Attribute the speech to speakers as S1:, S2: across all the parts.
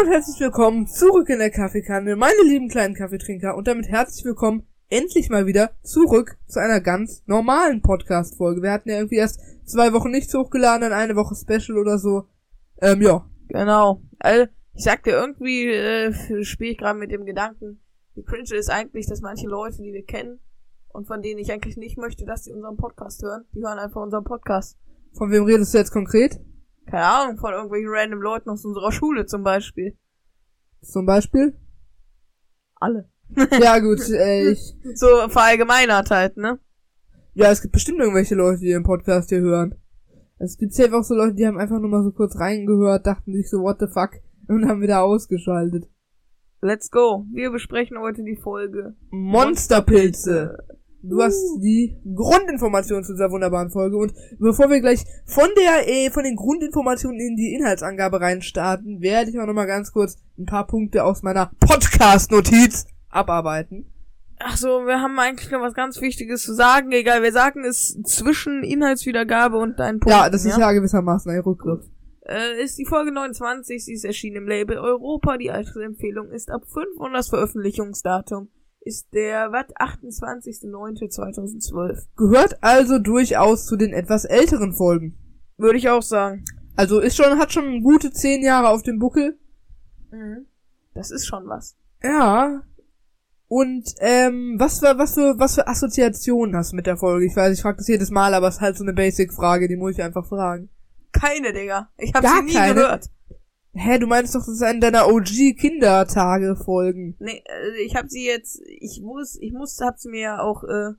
S1: und herzlich willkommen zurück in der Kaffeekanne, meine lieben kleinen Kaffeetrinker und damit herzlich willkommen endlich mal wieder zurück zu einer ganz normalen Podcast-Folge. Wir hatten ja irgendwie erst zwei Wochen nichts hochgeladen, dann eine Woche Special oder so. Ähm, ja.
S2: Genau. Also, ich sagte irgendwie, äh, spiele ich gerade mit dem Gedanken, die Cringe ist eigentlich, dass manche Leute, die wir kennen und von denen ich eigentlich nicht möchte, dass sie unseren Podcast hören, die hören einfach unseren Podcast.
S1: Von wem redest du jetzt konkret?
S2: Keine Ahnung, von irgendwelchen random Leuten aus unserer Schule zum Beispiel.
S1: Zum Beispiel?
S2: Alle.
S1: ja gut, äh, ich,
S2: So verallgemeinert halt, ne?
S1: ja, es gibt bestimmt irgendwelche Leute, die den Podcast hier hören. Es gibt safe auch so Leute, die haben einfach nur mal so kurz reingehört, dachten sich so, what the fuck, und haben wieder ausgeschaltet.
S2: Let's go. Wir besprechen heute die Folge.
S1: Monsterpilze. Du hast die Grundinformationen zu dieser wunderbaren Folge. Und bevor wir gleich von der äh, von den Grundinformationen in die Inhaltsangabe reinstarten, werde ich auch nochmal ganz kurz ein paar Punkte aus meiner Podcast-Notiz abarbeiten.
S2: Ach so, wir haben eigentlich noch was ganz Wichtiges zu sagen. Egal, wir sagen es zwischen Inhaltswiedergabe und deinen Punkten.
S1: ja, das ist ja gewissermaßen ein Rückgriff.
S2: äh, ist die Folge 29, sie ist erschienen im Label Europa. Die Altersempfehlung ist ab 5 und das Veröffentlichungsdatum ist der, was, 28.09.2012.
S1: Gehört also durchaus zu den etwas älteren Folgen.
S2: Würde ich auch sagen.
S1: Also ist schon, hat schon gute zehn Jahre auf dem Buckel.
S2: Mhm. Das ist schon was.
S1: Ja. Und ähm, was für, was für, was für Assoziationen hast du mit der Folge? Ich weiß, ich frage das jedes Mal, aber es ist halt so eine Basic-Frage, die muss ich einfach fragen.
S2: Keine, Digga. Ich hab
S1: Gar
S2: sie nie
S1: keine?
S2: gehört.
S1: Hä, du meinst doch, das ist eine deiner OG-Kindertage-Folgen.
S2: Nee, äh, ich hab sie jetzt, ich muss, ich musste, hab sie mir ja auch, äh,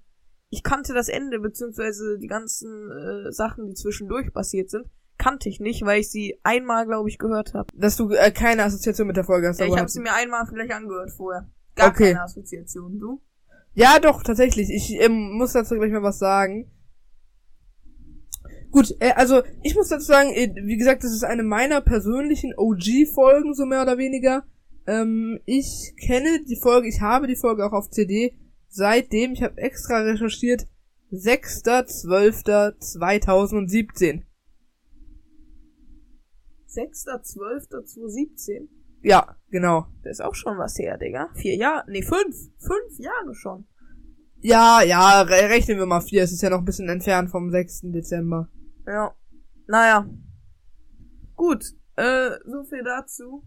S2: ich kannte das Ende, beziehungsweise die ganzen äh, Sachen, die zwischendurch passiert sind, kannte ich nicht, weil ich sie einmal, glaube ich, gehört habe.
S1: Dass du äh, keine Assoziation mit der Folge hast.
S2: Ja, ich
S1: aber-
S2: habe sie mir einmal vielleicht angehört vorher. Gar
S1: Okay.
S2: keine Assoziation, du?
S1: ja doch, tatsächlich. Ich ähm, muss dazu gleich mal was sagen. Gut, äh, also ich muss dazu sagen, äh, wie gesagt, das ist eine meiner persönlichen OG-Folgen, so mehr oder weniger. Ähm, ich kenne die Folge, ich habe die Folge auch auf CD. Seitdem, ich habe extra recherchiert, 6.12.2017.
S2: 6.12.2017.
S1: Ja, genau.
S2: Das ist auch schon was her, Digga. Vier Jahre, nee, fünf. Fünf Jahre schon.
S1: Ja, ja, re rechnen wir mal vier. Es ist ja noch ein bisschen entfernt vom 6. Dezember.
S2: Ja. Naja. Gut. Äh, so viel dazu.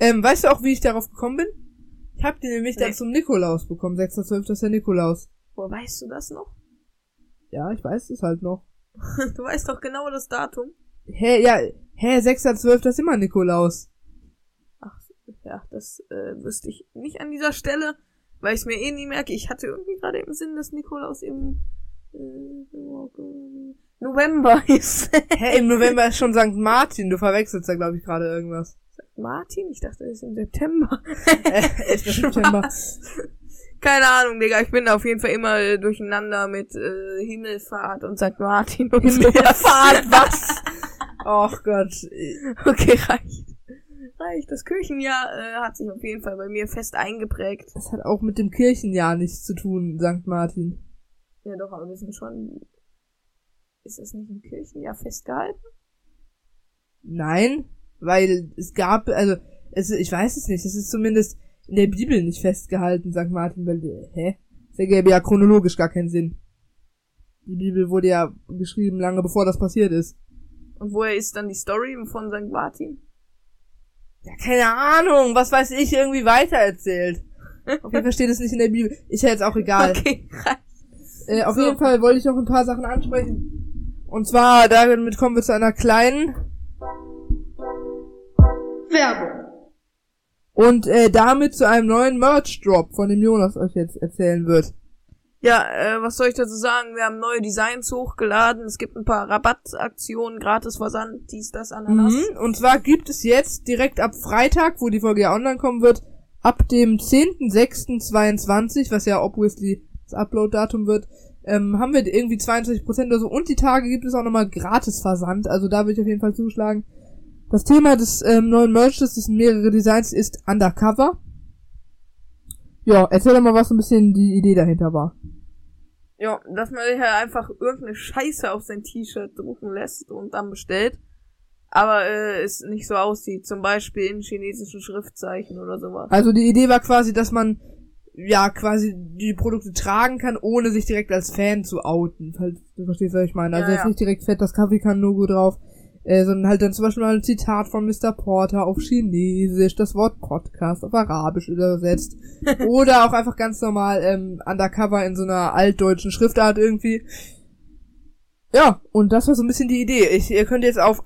S1: Ähm, weißt du auch, wie ich darauf gekommen bin? Ich hab die nämlich dann
S2: Nee.
S1: zum Nikolaus bekommen. 6.12. ist der Nikolaus.
S2: Wo weißt du das noch?
S1: Ja, ich weiß es halt noch.
S2: Du weißt doch genau das Datum.
S1: Hä, ja, hä, 6.12. ist immer Nikolaus.
S2: Ach, ja, das äh, wüsste ich nicht an dieser Stelle, weil ich es mir eh nie merke. Ich hatte irgendwie gerade im Sinn, dass Nikolaus im äh, November ist.
S1: Hä, im November ist schon St. Martin. Du verwechselst da, glaube ich, gerade irgendwas.
S2: Martin? Ich dachte, das ist im September.
S1: Äh, 11. September.
S2: Keine Ahnung, Digga. Ich bin da auf jeden Fall immer äh, durcheinander mit äh, Himmelfahrt und St. Martin und
S1: Himmelfahrt, was? Och Gott. Äh,
S2: sowas. Okay, reicht. Reicht. Das Kirchenjahr äh, hat sich auf jeden Fall bei mir fest eingeprägt.
S1: Das hat auch mit dem Kirchenjahr nichts zu tun, St. Martin.
S2: Ja doch, aber wir sind schon... Ist das nicht im Kirchenjahr festgehalten?
S1: Nein, weil es gab, also es, ich weiß es nicht, es ist zumindest in der Bibel nicht festgehalten, St. Martin, weil, äh, hä? Das ergäbe ja chronologisch gar keinen Sinn. Die Bibel wurde ja geschrieben lange bevor das passiert ist.
S2: Und woher ist dann die Story von St. Martin?
S1: Ja, keine Ahnung, was weiß ich, irgendwie weitererzählt. Auf jeden Fall steht es nicht in der Bibel. Ist ja jetzt auch egal.
S2: Okay, reicht.
S1: Äh, auf
S2: So.
S1: jeden Fall wollte ich noch ein paar Sachen ansprechen. Und zwar, damit kommen wir zu einer kleinen
S3: Werbung.
S1: und äh, damit zu einem neuen Merch-Drop, von dem Jonas euch jetzt erzählen wird.
S2: Ja, äh, was soll ich dazu sagen? Wir haben neue Designs hochgeladen. Es gibt ein paar Rabattaktionen, Gratisversand, dies, das, Ananas.
S1: Mhm. Und zwar gibt es jetzt direkt ab Freitag, wo die Folge ja online kommen wird, ab dem 10.06.22, was ja obviously das Upload-Datum wird, ähm, haben wir irgendwie 22% oder so. Und die Tage gibt es auch nochmal Gratis-Versand. Also da würde ich auf jeden Fall zuschlagen. Das Thema des ähm, neuen Merches, das sind mehrere Designs, ist Undercover. Ja, erzähl doch mal, was so ein bisschen die Idee dahinter war.
S2: Ja, dass man sich halt einfach irgendeine Scheiße auf sein T-Shirt drucken lässt und dann bestellt. aber äh, es nicht so aussieht. Zum Beispiel in chinesischen Schriftzeichen oder sowas.
S1: Also die Idee war quasi, dass man ja quasi die Produkte tragen kann, ohne sich direkt als Fan zu outen. Falls du verstehst, was ich meine. Also
S2: Ja,
S1: jetzt
S2: ja.
S1: nicht direkt fett das Kaffeekann-Logo drauf, äh, sondern halt dann zum Beispiel mal ein Zitat von Mr. Porter auf Chinesisch, das Wort Podcast auf Arabisch übersetzt. oder auch einfach ganz normal ähm, undercover in so einer altdeutschen Schriftart irgendwie. Ja, und das war so ein bisschen die Idee. Ich, ihr könnt jetzt auf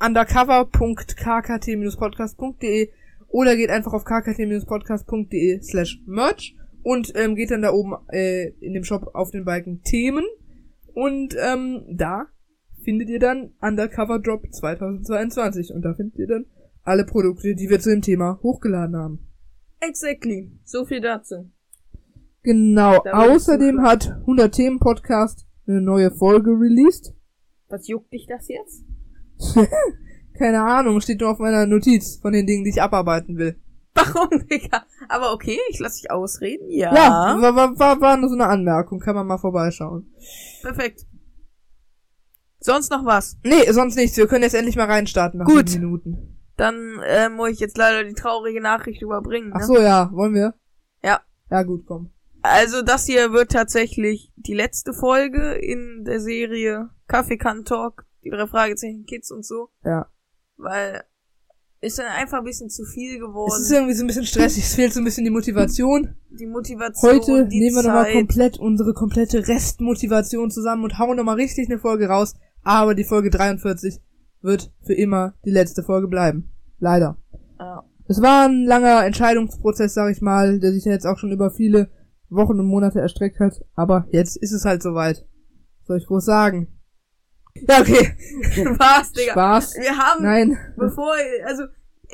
S1: undercover.kkt-podcast.de oder geht einfach auf kkt-podcast.de slash merch und ähm, geht dann da oben äh, in dem Shop auf den Balken Themen und ähm, da findet ihr dann Undercover Drop 2022 und da findet ihr dann alle Produkte, die wir zu dem Thema hochgeladen haben.
S2: Exactly. So viel dazu.
S1: Genau,
S2: Da bin ich
S1: außerdem
S2: super.
S1: hat 100 Themen Podcast eine neue Folge released.
S2: Was juckt dich das jetzt?
S1: Keine Ahnung, steht nur auf meiner Notiz von den Dingen, die ich abarbeiten will.
S2: Warum, Digga? Aber okay, ich lass dich ausreden. Ja.
S1: Ja, war, war, war, war nur so eine Anmerkung, kann man mal vorbeischauen.
S2: Perfekt. Sonst noch was?
S1: Nee, sonst nichts, wir können jetzt endlich mal reinstarten nach
S2: Gut.
S1: sieben Minuten.
S2: Dann äh, muss ich jetzt leider die traurige Nachricht überbringen. Ne?
S1: Ach so, ja, wollen wir?
S2: Ja.
S1: Ja, gut, komm.
S2: Also das hier wird tatsächlich die letzte Folge in der Serie Kaffee kann Talk, die drei Fragezeichen Kids und so.
S1: Ja.
S2: Weil ist dann einfach ein bisschen zu viel
S1: Es ist
S2: geworden.
S1: irgendwie so ein bisschen stressig, es fehlt so ein bisschen die Motivation.
S2: Die Motivation,
S1: Heute
S2: die
S1: nehmen wir nochmal
S2: Zeit.
S1: komplett unsere komplette Restmotivation zusammen und hauen nochmal richtig eine Folge raus. Aber die Folge 43 wird für immer die letzte Folge bleiben. Leider.
S2: Ja.
S1: Es war ein langer Entscheidungsprozess, sag ich mal, der sich ja jetzt auch schon über viele Wochen und Monate erstreckt hat. Aber jetzt ist es halt soweit. Soll ich groß sagen? Ja, okay.
S2: Spaß, Digga.
S1: Spaß.
S2: Wir haben,
S1: Nein.
S2: bevor, also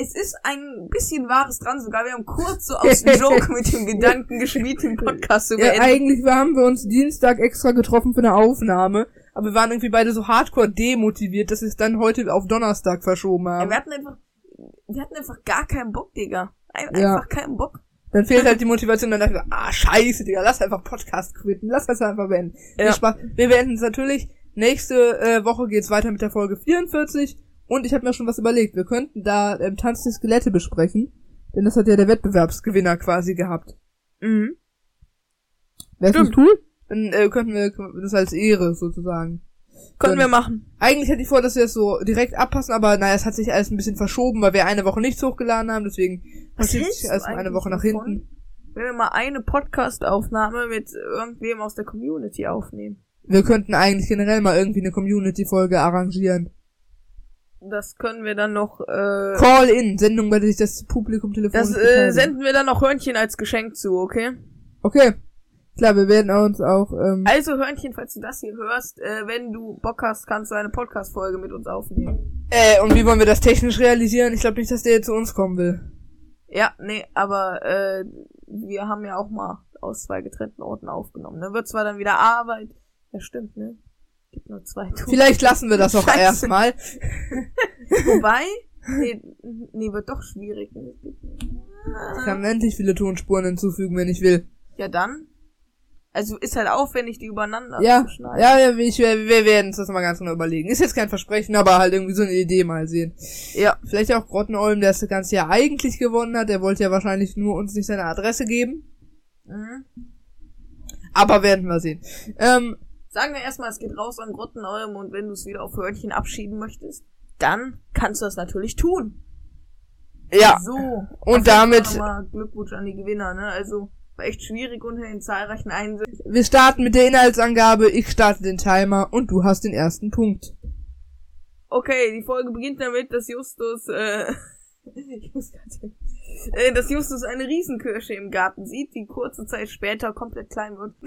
S2: es ist ein bisschen Wahres dran sogar. Wir haben kurz so aus dem Joke mit dem Gedanken gespielt, den Podcast zu
S1: Ja,
S2: beenden.
S1: eigentlich wir haben wir uns Dienstag extra getroffen für eine Aufnahme, aber wir waren irgendwie beide so hardcore demotiviert, dass wir es dann heute auf Donnerstag verschoben
S2: Ja,
S1: haben.
S2: wir hatten einfach, wir hatten einfach gar keinen Bock, Digga. Ein,
S1: Ja.
S2: Einfach keinen Bock.
S1: Dann fehlt halt die Motivation, dann dachte ich, ah, scheiße, Digga, lass einfach Podcast quitten, lass das einfach beenden.
S2: Ja.
S1: Viel Spaß. Wir beenden es natürlich. Nächste äh, Woche geht's weiter mit der Folge 44 und ich habe mir schon was überlegt. Wir könnten da ähm, Tanz der Skelette besprechen, denn das hat ja der Wettbewerbsgewinner quasi gehabt.
S2: Mhm.
S1: Wäre das
S2: Stimmt.
S1: cool? Dann äh, könnten wir das als Ehre sozusagen. Dann-
S2: Können wir machen.
S1: Eigentlich hätte ich vor, dass wir es so direkt abpassen, aber naja, es hat sich alles ein bisschen verschoben, weil wir eine Woche nichts hochgeladen haben, deswegen
S2: Was
S1: verschiebt
S2: hältst
S1: sich
S2: du
S1: erstmal eine
S2: eigentlich
S1: Woche nach
S2: davon?
S1: hinten.
S2: Wenn wir mal eine Podcast-Aufnahme mit irgendwem aus der Community aufnehmen.
S1: Wir könnten eigentlich generell mal irgendwie eine Community-Folge arrangieren.
S2: Das können wir dann noch, äh,
S1: Call-in, Sendung, bei der sich das Publikum telefonisch
S2: das äh,
S1: beteiligt.
S2: senden wir dann noch Hörnchen als Geschenk zu, okay?
S1: Okay, klar, wir werden uns auch... Ähm,
S2: Also Hörnchen, falls du das hier hörst, äh, wenn du Bock hast, kannst du eine Podcast-Folge mit uns aufnehmen.
S1: äh, und wie wollen wir das technisch realisieren? Ich glaube nicht, dass der jetzt zu uns kommen will.
S2: Ja, nee, aber äh, wir haben ja auch mal aus zwei getrennten Orten aufgenommen. Dann wird zwar dann wieder Arbeit. Ja, stimmt, ne? Gibt nur zwei Touren.
S1: Vielleicht lassen wir das auch
S2: Scheiße.
S1: erstmal.
S2: Wobei, nee, nee, wird doch schwierig.
S1: Ich kann endlich viele Tonspuren hinzufügen, wenn ich will.
S2: Ja, dann. Also ist halt aufwendig, die übereinander
S1: Ja,
S2: zu schneiden.
S1: ja, ja, ich, wir, wir werden uns das mal ganz genau überlegen. Ist jetzt kein Versprechen, aber halt irgendwie so eine Idee mal sehen.
S2: Ja.
S1: Vielleicht auch Grottenolm, der das ganze Jahr eigentlich gewonnen hat. Der wollte ja wahrscheinlich nur uns nicht seine Adresse geben.
S2: Mhm.
S1: Aber werden wir sehen. Ähm,
S2: Sagen wir erstmal, es geht raus an Grottenolm und wenn du es wieder auf Hörnchen abschieben möchtest, dann kannst du das natürlich tun.
S1: ja,
S2: So.
S1: Und
S2: Auf jeden
S1: damit-
S2: Fall nochmal Glückwunsch an die Gewinner, ne? Also, war echt schwierig unter den zahlreichen Einsätzen.
S1: wir starten mit der Inhaltsangabe. Ich starte den Timer und du hast den ersten Punkt.
S2: Okay, die Folge beginnt damit, dass Justus, äh, ich muss grad denken. äh, dass Justus eine Riesenkirsche im Garten sieht, die kurze Zeit später komplett klein wird.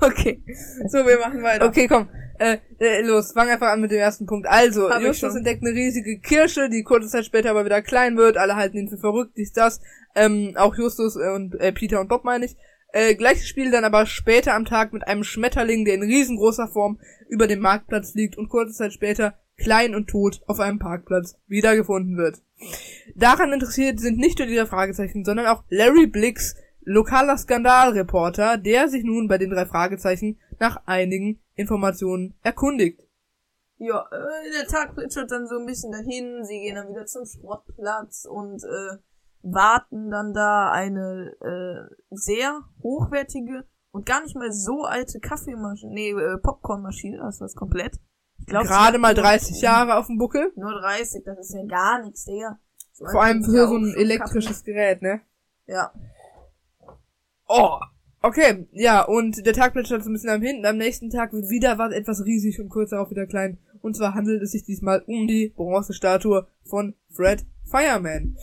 S2: Okay, so, wir machen weiter.
S1: Okay, komm. Äh, äh, los, fang einfach an mit dem ersten Punkt. Also,
S2: Hab ich
S1: Justus
S2: schon.
S1: entdeckt eine riesige Kirsche, die kurze Zeit später aber wieder klein wird. Alle halten ihn für verrückt, dies, das. Ähm, auch Justus und äh, Peter und Bob meine ich. Äh, gleiches Spiel dann aber später am Tag mit einem Schmetterling, der in riesengroßer Form über dem Marktplatz liegt und kurze Zeit später klein und tot auf einem Parkplatz wiedergefunden wird. Daran interessiert sind nicht nur die drei Fragezeichen, sondern auch Larry Blix, lokaler Skandalreporter, der sich nun bei den drei Fragezeichen nach einigen Informationen erkundigt.
S2: Ja, äh, der Tag plätschert dann so ein bisschen dahin, sie gehen dann wieder zum Schrottplatz und äh, warten dann da eine äh, sehr hochwertige und gar nicht mal so alte Kaffeemaschine, nee, äh, Popcornmaschine, das war's komplett. Ich glaub, sie
S1: Gerade
S2: hat
S1: mal
S2: nur-
S1: 30 Jahre auf dem Buckel.
S2: Nur 30, das ist ja gar nichts, Digga. So
S1: Vor
S2: alt
S1: allem
S2: sind wir
S1: für so
S2: auch
S1: ein
S2: schon,
S1: elektrisches Gerät, ne?
S2: Kaffee. Ja.
S1: Oh. Okay, ja, und der Tag plätschert so ein bisschen am hinten. Am nächsten Tag wird wieder was etwas riesig und kurz darauf wieder klein. Und zwar handelt es sich diesmal um die Bronzestatue von Fred Fireman.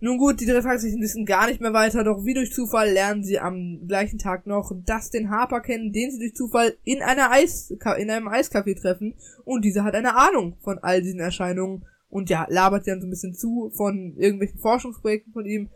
S1: Nun gut, die drei Fragezeichen wissen gar nicht mehr weiter, doch wie durch Zufall lernen sie am gleichen Tag noch Dustin Harper kennen, den sie durch Zufall in einer Eis in einem Eiscafé treffen. Und dieser hat eine Ahnung von all diesen Erscheinungen und ja, labert sie dann so ein bisschen zu von irgendwelchen Forschungsprojekten von ihm.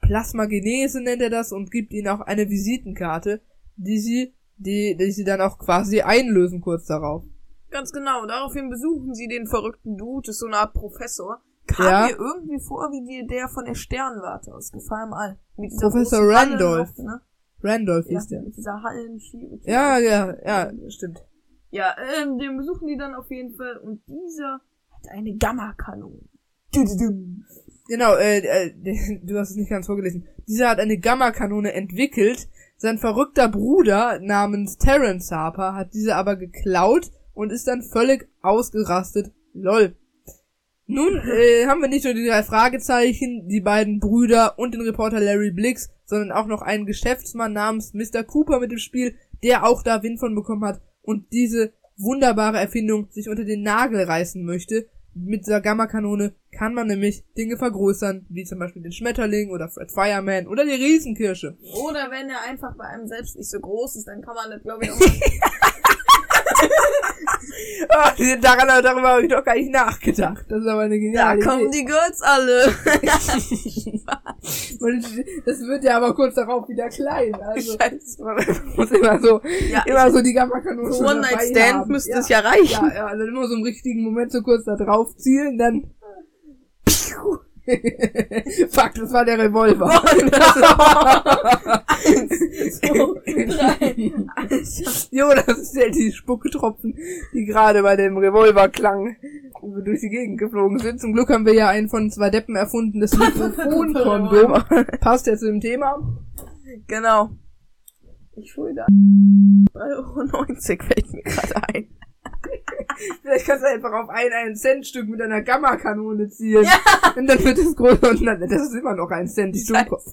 S1: Plasmagenese nennt er das und gibt ihnen auch eine Visitenkarte, die sie, die, die sie dann auch quasi einlösen kurz darauf.
S2: Ganz genau. Daraufhin besuchen sie den verrückten Dude, das ist so eine Art Professor. Kam
S1: Ja.
S2: mir irgendwie vor, wie die, der von der Sternwarte aus Gefallen All. Mit dieser
S1: Professor
S2: großen Halle
S1: Randolph.
S2: noch, Ne?
S1: Randolph
S2: Ja,
S1: hieß der.
S2: mit dieser Hallenschiebe.
S1: Ja, ja, ja, stimmt.
S2: Ja, ähm, den besuchen die dann auf jeden Fall. Und dieser hat eine Gammakanone. Düdüdüm.
S1: Genau, äh, äh, du hast es nicht ganz vorgelesen. Dieser hat eine Gamma-Kanone entwickelt. Sein verrückter Bruder namens Terence Harper hat diese aber geklaut und ist dann völlig ausgerastet. Lol. Nun äh, haben wir nicht nur die drei Fragezeichen, die beiden Brüder und den Reporter Larry Blix, sondern auch noch einen Geschäftsmann namens Mr. Cooper mit dem Spiel, der auch da Wind von bekommen hat und diese wunderbare Erfindung sich unter den Nagel reißen möchte. Mit dieser Gamma-Kanone kann man nämlich Dinge vergrößern, wie zum Beispiel den Schmetterling oder Fred Fireman oder die Riesenkirsche.
S2: Oder wenn er einfach bei einem selbst nicht so groß ist, dann kann man das, glaube ich, auch mal
S1: Ah, daran, darüber habe ich doch gar nicht nachgedacht. Das ist aber eine
S2: Da
S1: geniale
S2: kommen die Girls alle.
S1: Und das wird ja aber kurz darauf wieder klein. Also
S2: Scheiße.
S1: muss immer so,
S2: Ja,
S1: immer so die Gamma-Kanone.
S2: so One Night
S1: dabei
S2: Stand
S1: haben.
S2: müsste
S1: ja.
S2: es ja reichen.
S1: Ja, ja, also immer so im richtigen Moment so kurz da drauf zielen, dann. Fuck, das war der Revolver.
S2: So, drei.
S1: jo, das ist ja die Spucktropfen, die gerade bei dem Revolverklang durch die Gegend geflogen sind. Zum Glück haben wir ja ein von zwei Deppen erfundenes Mikrofonkondom. Passt ja zu dem Thema.
S2: Genau. Ich schulde 3,90 Euro fällt mir gerade ein.
S1: Vielleicht kannst du einfach auf ein 1 Cent Stück mit einer Gamma-Kanone zielen. Und dann wird es größer und dann, das ist immer noch ein Cent, ich dumm Kopf.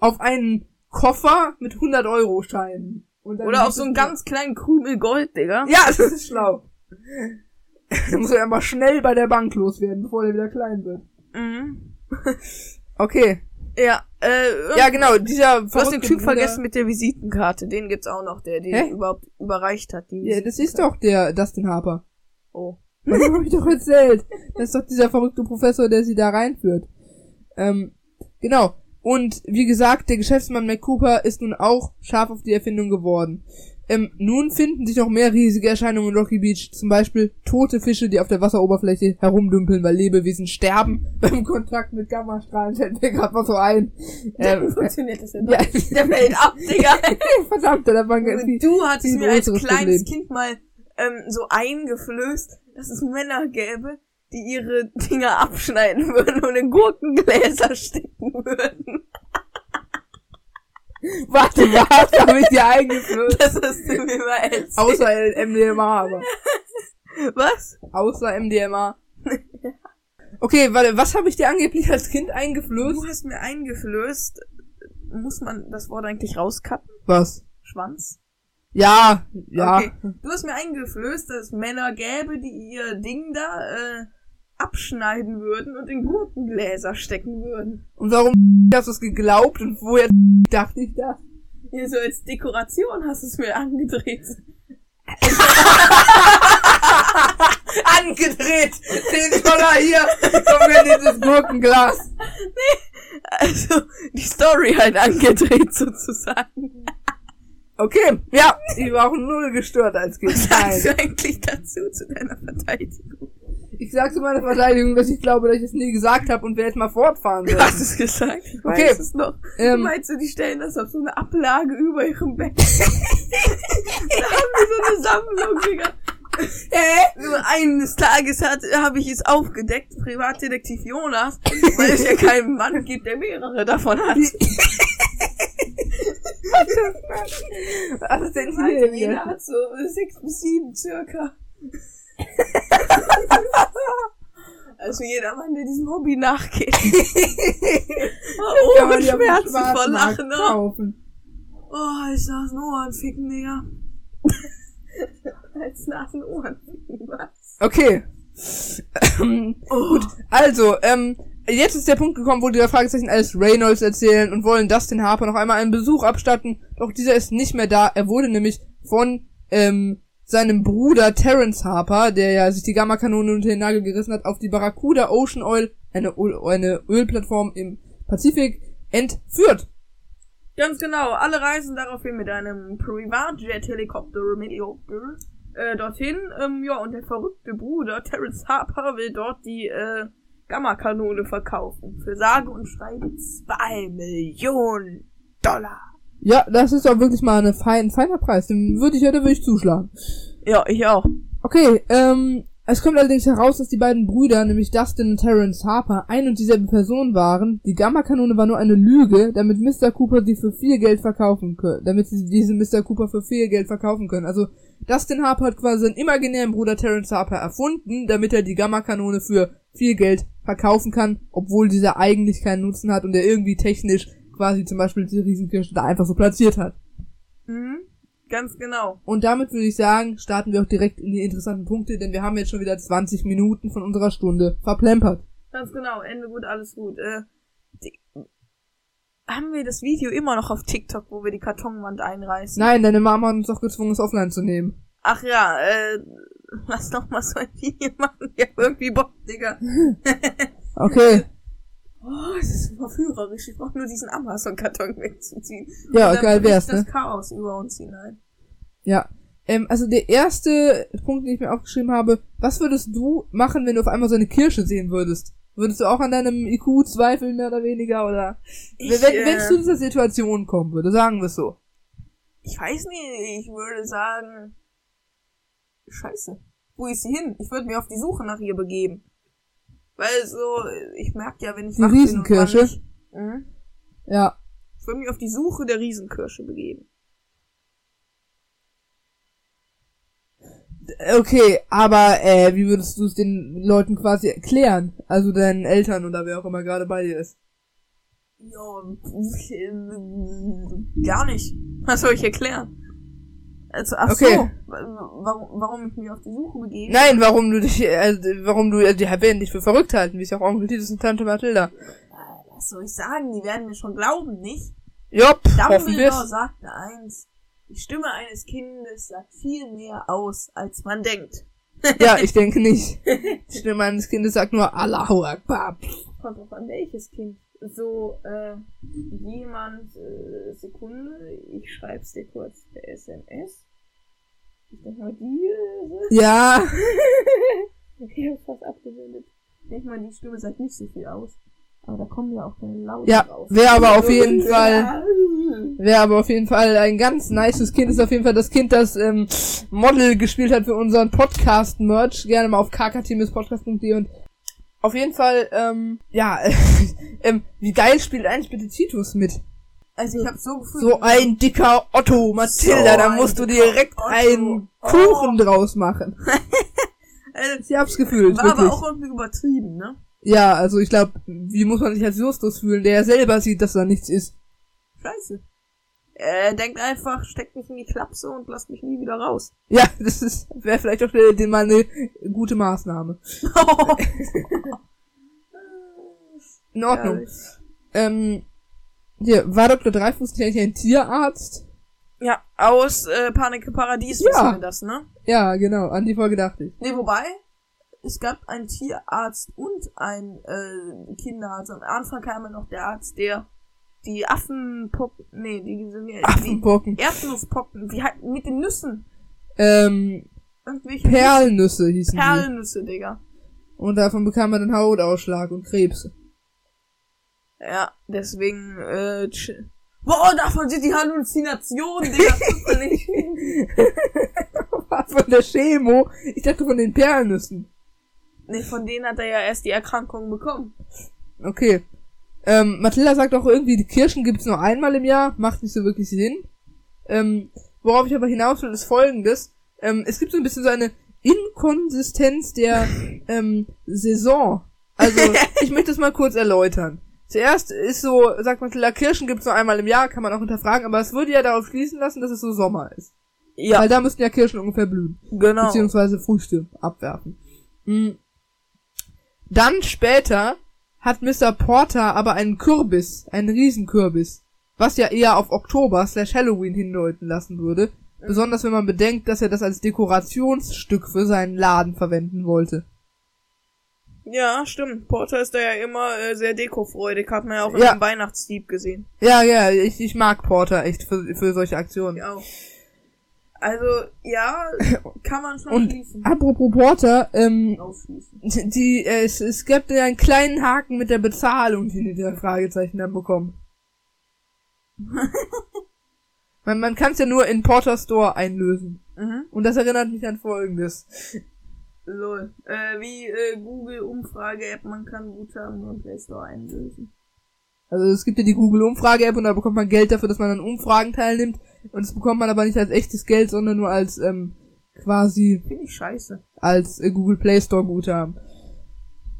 S1: Auf einen Koffer mit 100 Euro Scheinen. Und dann
S2: Oder auf
S1: sieht
S2: so
S1: es
S2: einen
S1: nur-
S2: ganz kleinen Krümel Gold, Digga.
S1: Ja, das ist schlau. Du musst ja mal schnell bei der Bank loswerden, bevor der wieder klein wird.
S2: Mhm.
S1: Okay.
S2: Ja, äh,
S1: Ja, genau, dieser
S2: du hast
S1: verrückte
S2: den Typ
S1: Bruder-
S2: vergessen mit der Visitenkarte. Den gibt's auch noch, der den
S1: Hä?
S2: überhaupt überreicht hat. Die
S1: Ja, das ist
S2: Visitenkarte.
S1: doch der Dustin Harper.
S2: Oh.
S1: Von dem hab ich doch erzählt. Das ist doch dieser verrückte Professor, der sie da reinführt. Ähm, genau. Und wie gesagt, der Geschäftsmann McCooper ist nun auch scharf auf die Erfindung geworden. Ähm, nun finden sich noch mehr riesige Erscheinungen in Rocky Beach, zum Beispiel tote Fische, die auf der Wasseroberfläche herumdümpeln, weil Lebewesen sterben beim Kontakt mit Gammastrahlen. Fällt mir gerade mal so ein.
S2: äh,
S1: Ähm,
S2: Funktioniert das denn?
S1: ja,
S2: Der fällt ab, Digga.
S1: verdammt, da war ein
S2: Du hattest
S1: viel
S2: mir als
S1: größeres
S2: kleines
S1: Problem.
S2: Kind mal ähm, so eingeflößt, dass es Männer gäbe, die ihre Dinger abschneiden würden und in Gurkengläser stecken würden.
S1: Warte, was habe ich dir eingeführt?
S2: Das hast du mir mal erzählt.
S1: Außer MDMA, aber.
S2: Was?
S1: Außer MDMA. Okay, warte, was habe ich dir angeblich als Kind
S2: Du
S1: eingeflößt?
S2: hast mir eingeflößt, muss man das Wort eigentlich rauskappen?
S1: Was?
S2: Schwanz?
S1: Ja, ja.
S2: Okay. Du hast mir eingeflößt, dass es Männer gäbe, die ihr Ding da äh, abschneiden würden und in Gurkengläser stecken würden.
S1: Und warum hast du es geglaubt und woher dachte ich das?
S2: Hier so als Dekoration hast du es mir angedreht.
S1: Angedreht! 10 Dollar hier! Komm mir dieses Gurkenglas!
S2: Also, die Story halt angedreht sozusagen.
S1: Okay, ja, ich war auch null gestört als Kind.
S2: Was sagst
S1: Nein.
S2: du eigentlich dazu, zu deiner Verteidigung?
S1: Ich sag zu meiner Verteidigung, dass ich glaube, dass ich es nie gesagt habe und wir jetzt mal fortfahren
S2: Du
S1: sollen.
S2: hast es gesagt, ich
S1: Okay.
S2: weiß es noch.
S1: Ähm.
S2: Meinst du, die stellen das auf so eine Ablage über ihrem Bett? da haben wir so eine Sammlung, Digga.
S1: Hä?
S2: Nur eines Tages hat habe ich es aufgedeckt, Privatdetektiv Jonas, weil es ja keinen Mann gibt, der mehrere davon hat.
S1: Was ist denn hier?
S2: Meinte, jeder hat so sechs bis sieben circa. also jeder Mann, der diesem Hobby nachgeht.
S1: Kann
S2: oh,
S1: man
S2: und
S1: die auf dem
S2: Schmerzen vor
S1: Schwarzmarkt
S2: Lachen. ne?
S1: kaufen.
S2: Oh, ich saß ein Ohrenficken, Digga. Als nach ein Ohrenficken was.
S1: Okay. Ähm,
S2: Oh, Gut.
S1: Also, ähm, jetzt ist der Punkt gekommen, wo die drei Fragezeichen alles Reynolds erzählen und wollen Dustin Harper noch einmal einen Besuch abstatten. Doch dieser ist nicht mehr da. Er wurde nämlich von ähm, seinem Bruder Terence Harper, der ja sich die Gamma-Kanone unter den Nagel gerissen hat, auf die Barracuda Ocean Oil, eine, Öl eine Ölplattform im Pazifik, entführt.
S2: Ganz genau. Alle reisen daraufhin mit einem Privatjet-Helikopter Helikopter, äh, dorthin. Ähm, ja, und der verrückte Bruder Terence Harper will dort die äh, Gamma-Kanone verkaufen. Für sage und schreibe zwei Millionen Dollar.
S1: Ja, das ist doch wirklich mal eine fein, feiner Preis. Den würde ich ja, da würde ich zuschlagen.
S2: Ja, ich auch.
S1: Okay, ähm, es kommt allerdings heraus, dass die beiden Brüder, nämlich Dustin und Terence Harper, ein und dieselbe Person waren. Die Gamma-Kanone war nur eine Lüge, damit Mr. Cooper sie für viel Geld verkaufen können, damit sie diesen Mr. Cooper für viel Geld verkaufen können. Also, Dustin Harper hat quasi seinen imaginären Bruder Terence Harper erfunden, damit er die Gamma-Kanone für viel Geld verkaufen kann, obwohl dieser eigentlich keinen Nutzen hat und er irgendwie technisch quasi zum Beispiel diese Riesenkirche da einfach so platziert hat.
S2: Mhm. Ganz genau.
S1: Und damit würde ich sagen, starten wir auch direkt in die interessanten Punkte, denn wir haben jetzt schon wieder 20 Minuten von unserer Stunde verplempert.
S2: Ganz genau, Ende gut, alles gut. Äh, die, haben wir das Video immer noch auf TikTok, wo wir die Kartonwand einreißen?
S1: Nein, deine Mama hat uns doch gezwungen, es offline zu nehmen.
S2: Ach ja, äh, lass doch mal so ein Video machen. Ich hab irgendwie Bock, Digga.
S1: Okay.
S2: Oh, es ist verführerisch. Ich brauch nur diesen Amazon-Karton wegzuziehen.
S1: Ja,
S2: Und dann
S1: geil
S2: bricht
S1: wär's,
S2: das
S1: ne?
S2: Chaos über uns hinein.
S1: Ja. Ähm, also der erste Punkt, den ich mir aufgeschrieben habe, was würdest du machen, wenn du auf einmal so eine Kirsche sehen würdest? Würdest du auch an deinem IQ zweifeln, mehr oder weniger, oder?
S2: Ich,
S1: wenn,
S2: äh,
S1: wenn es zu dieser Situation kommen würde, sagen wir es so.
S2: ich weiß nicht, ich würde sagen, scheiße, wo ist sie hin? Ich würde mir auf die Suche nach ihr begeben. Weil so, ich merk ja, wenn ich
S1: Die
S2: wach bin und
S1: Riesenkirsche?
S2: wann nicht- Mhm.
S1: Ja.
S2: Ich will mich auf die Suche der Riesenkirsche begeben.
S1: Okay, aber äh, wie würdest du es den Leuten quasi erklären? Also deinen Eltern oder wer auch immer gerade bei dir ist.
S2: Ja, pf, ähm, gar nicht. Was soll ich erklären? Also, ach
S1: Okay.
S2: so, wa- warum, warum ich mich auf die Suche begebe?
S1: Nein, warum du dich, äh, warum du äh, die Rebellen nicht für verrückt halten, wie es ja auch Onkel Titus und Tante Mathilda.
S2: Was soll ich sagen? Die werden mir schon glauben, nicht?
S1: Jopp, hoffen
S2: Dumbledore
S1: wir's.
S2: sagte eins. Die Stimme eines Kindes sagt viel mehr aus, als man denkt.
S1: Ja, ich denke nicht. Die Stimme meines Kindes sagt nur Allahu Akbar.
S2: Kommt drauf an, welches Kind. So, äh, jemand, äh, Sekunde, ich schreib's dir kurz per SMS. Ich denk mal, die, äh,
S1: Ja,
S2: ich hab's fast abgewendet. Ich denk mal, die Stimme sagt nicht so viel aus. Aber da kommen ja auch keine Laute
S1: Ja,
S2: raus. Also,
S1: wär aber auf jeden
S2: Ja.
S1: Fall- wäre aber auf jeden Fall ein ganz nices Kind. Ist auf jeden Fall das Kind, das ähm, Model gespielt hat für unseren Podcast-Merch. Gerne mal auf kkteam.podcast.de und auf jeden Fall, ähm, ja, ähm, wie geil spielt eigentlich bitte Titus mit?
S2: Also ich hab so gefühlt.
S1: So ein dicker Otto, Mathilda,
S2: So
S1: da
S2: ein
S1: musst du
S2: dicker
S1: direkt
S2: Otto.
S1: einen
S2: Oh.
S1: Kuchen draus machen.
S2: äh,
S1: Ich hab's gefühlt,
S2: war
S1: wirklich.
S2: aber auch irgendwie übertrieben, ne?
S1: Ja, also ich glaube, wie muss man sich als Justus fühlen, der ja selber sieht, dass da nichts ist.
S2: Scheiße. Äh, denkt einfach, steckt mich in die Klapse und lasst mich nie wieder raus.
S1: Ja, das ist wäre vielleicht auch der- den mal eine gute Maßnahme. In Ordnung. Ähm, hier, war Dr. Dreifuß nicht eigentlich ein Tierarzt?
S2: Ja, aus äh, Panik im Paradies
S1: Ja.
S2: wissen wir das, ne?
S1: Ja, genau, an die Folge dachte ich.
S2: Ne, wobei, es gab einen Tierarzt und einen äh, Kinderarzt. Am Anfang kam ja noch der Arzt, der die Affenpocken, nee, die sind ja die
S1: Affenpocken.
S2: Erdnusspocken, wie halt mit den Nüssen.
S1: Ähm,
S2: Irgendwelche
S1: Perlnüsse hießen die.
S2: Perlnüsse, Digga.
S1: Und davon bekam man dann Hautausschlag und Krebs.
S2: Ja, deswegen, äh, chill. Boah, davon sind die Halluzinationen, Digga. Das ist doch nicht.
S1: Was? von der Chemo. Ich dachte von den Perlnüssen.
S2: Nee, von denen hat er ja erst die Erkrankung bekommen.
S1: Okay. Ähm, Mathilda sagt auch irgendwie, die Kirschen gibt's nur einmal im Jahr. Macht nicht so wirklich Sinn. Ähm, worauf ich aber hinaus will, ist folgendes. Ähm, es gibt so ein bisschen so eine Inkonsistenz der ähm, Saison. Also, ich möchte das mal kurz erläutern. Zuerst ist so, sagt Mathilda, Kirschen gibt's nur einmal im Jahr, kann man auch hinterfragen, aber es würde ja darauf schließen lassen, dass es so Sommer ist.
S2: Ja,
S1: Weil da müssten ja Kirschen ungefähr blühen.
S2: genau.
S1: Beziehungsweise Früchte abwerfen. Mhm. Dann später hat Mr. Porter aber einen Kürbis, einen Riesenkürbis, was ja eher auf Oktober slash Halloween hindeuten lassen würde. Besonders wenn man bedenkt, dass er das als Dekorationsstück für seinen Laden verwenden wollte.
S2: Ja, stimmt. Porter ist da ja immer äh, sehr dekofreudig, hat man ja auch in
S1: Ja.
S2: dem Weihnachtsdieb gesehen.
S1: Ja, ja, ich, ich mag Porter echt für, für solche Aktionen.
S2: Ja. auch. Also, ja, kann man schon
S1: Und-
S2: schließen.
S1: Apropos Porter,
S2: Oh.
S1: ähm,
S2: Ausschließen.
S1: die, äh, es, es gibt ja einen kleinen Haken mit der Bezahlung, die die da Fragezeichen dann bekommen. man man kann es ja nur in Porter Store einlösen.
S2: Mhm.
S1: Und das erinnert mich an folgendes.
S2: Lol. Äh, wie äh, Google-Umfrage-App, man kann Guthaben beim Play Store einlösen.
S1: Also es gibt ja die Google Umfrage App und da bekommt man Geld dafür, dass man an Umfragen teilnimmt. Und das bekommt man aber nicht als echtes Geld, sondern nur als ähm, quasi
S2: Finde ich scheiße.
S1: als äh, Google Play Store Guthaben.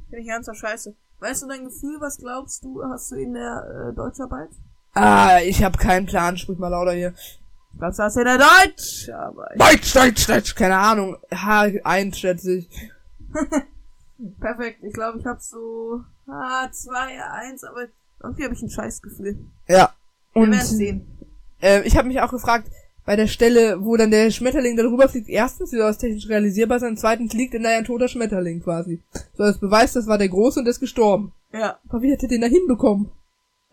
S2: Finde ich ernsthaft scheiße. Weißt du dein Gefühl, was glaubst du, hast du in der äh, Deutscharbeit?
S1: Ah, ich habe keinen Plan, sprich mal lauter hier.
S2: Ich glaube, du hast in der Deutscharbeit.
S1: Deutsch, Deutsch, Deutsch, keine Ahnung. Ha, eins schätze ich.
S2: Perfekt, ich glaube, ich habe so ah, zwei, eins, aber irgendwie habe ich ein Scheißgefühl.
S1: Ja.
S2: Wir
S1: Und
S2: werden sehen.
S1: äh, ich habe mich auch gefragt, bei der Stelle, wo dann der Schmetterling darüber fliegt, erstens, wie soll das technisch realisierbar sein, zweitens liegt in der ein toter Schmetterling quasi. So als Beweis, das war der Große und der ist gestorben.
S2: Ja.
S1: Aber wie hat er den da hinbekommen?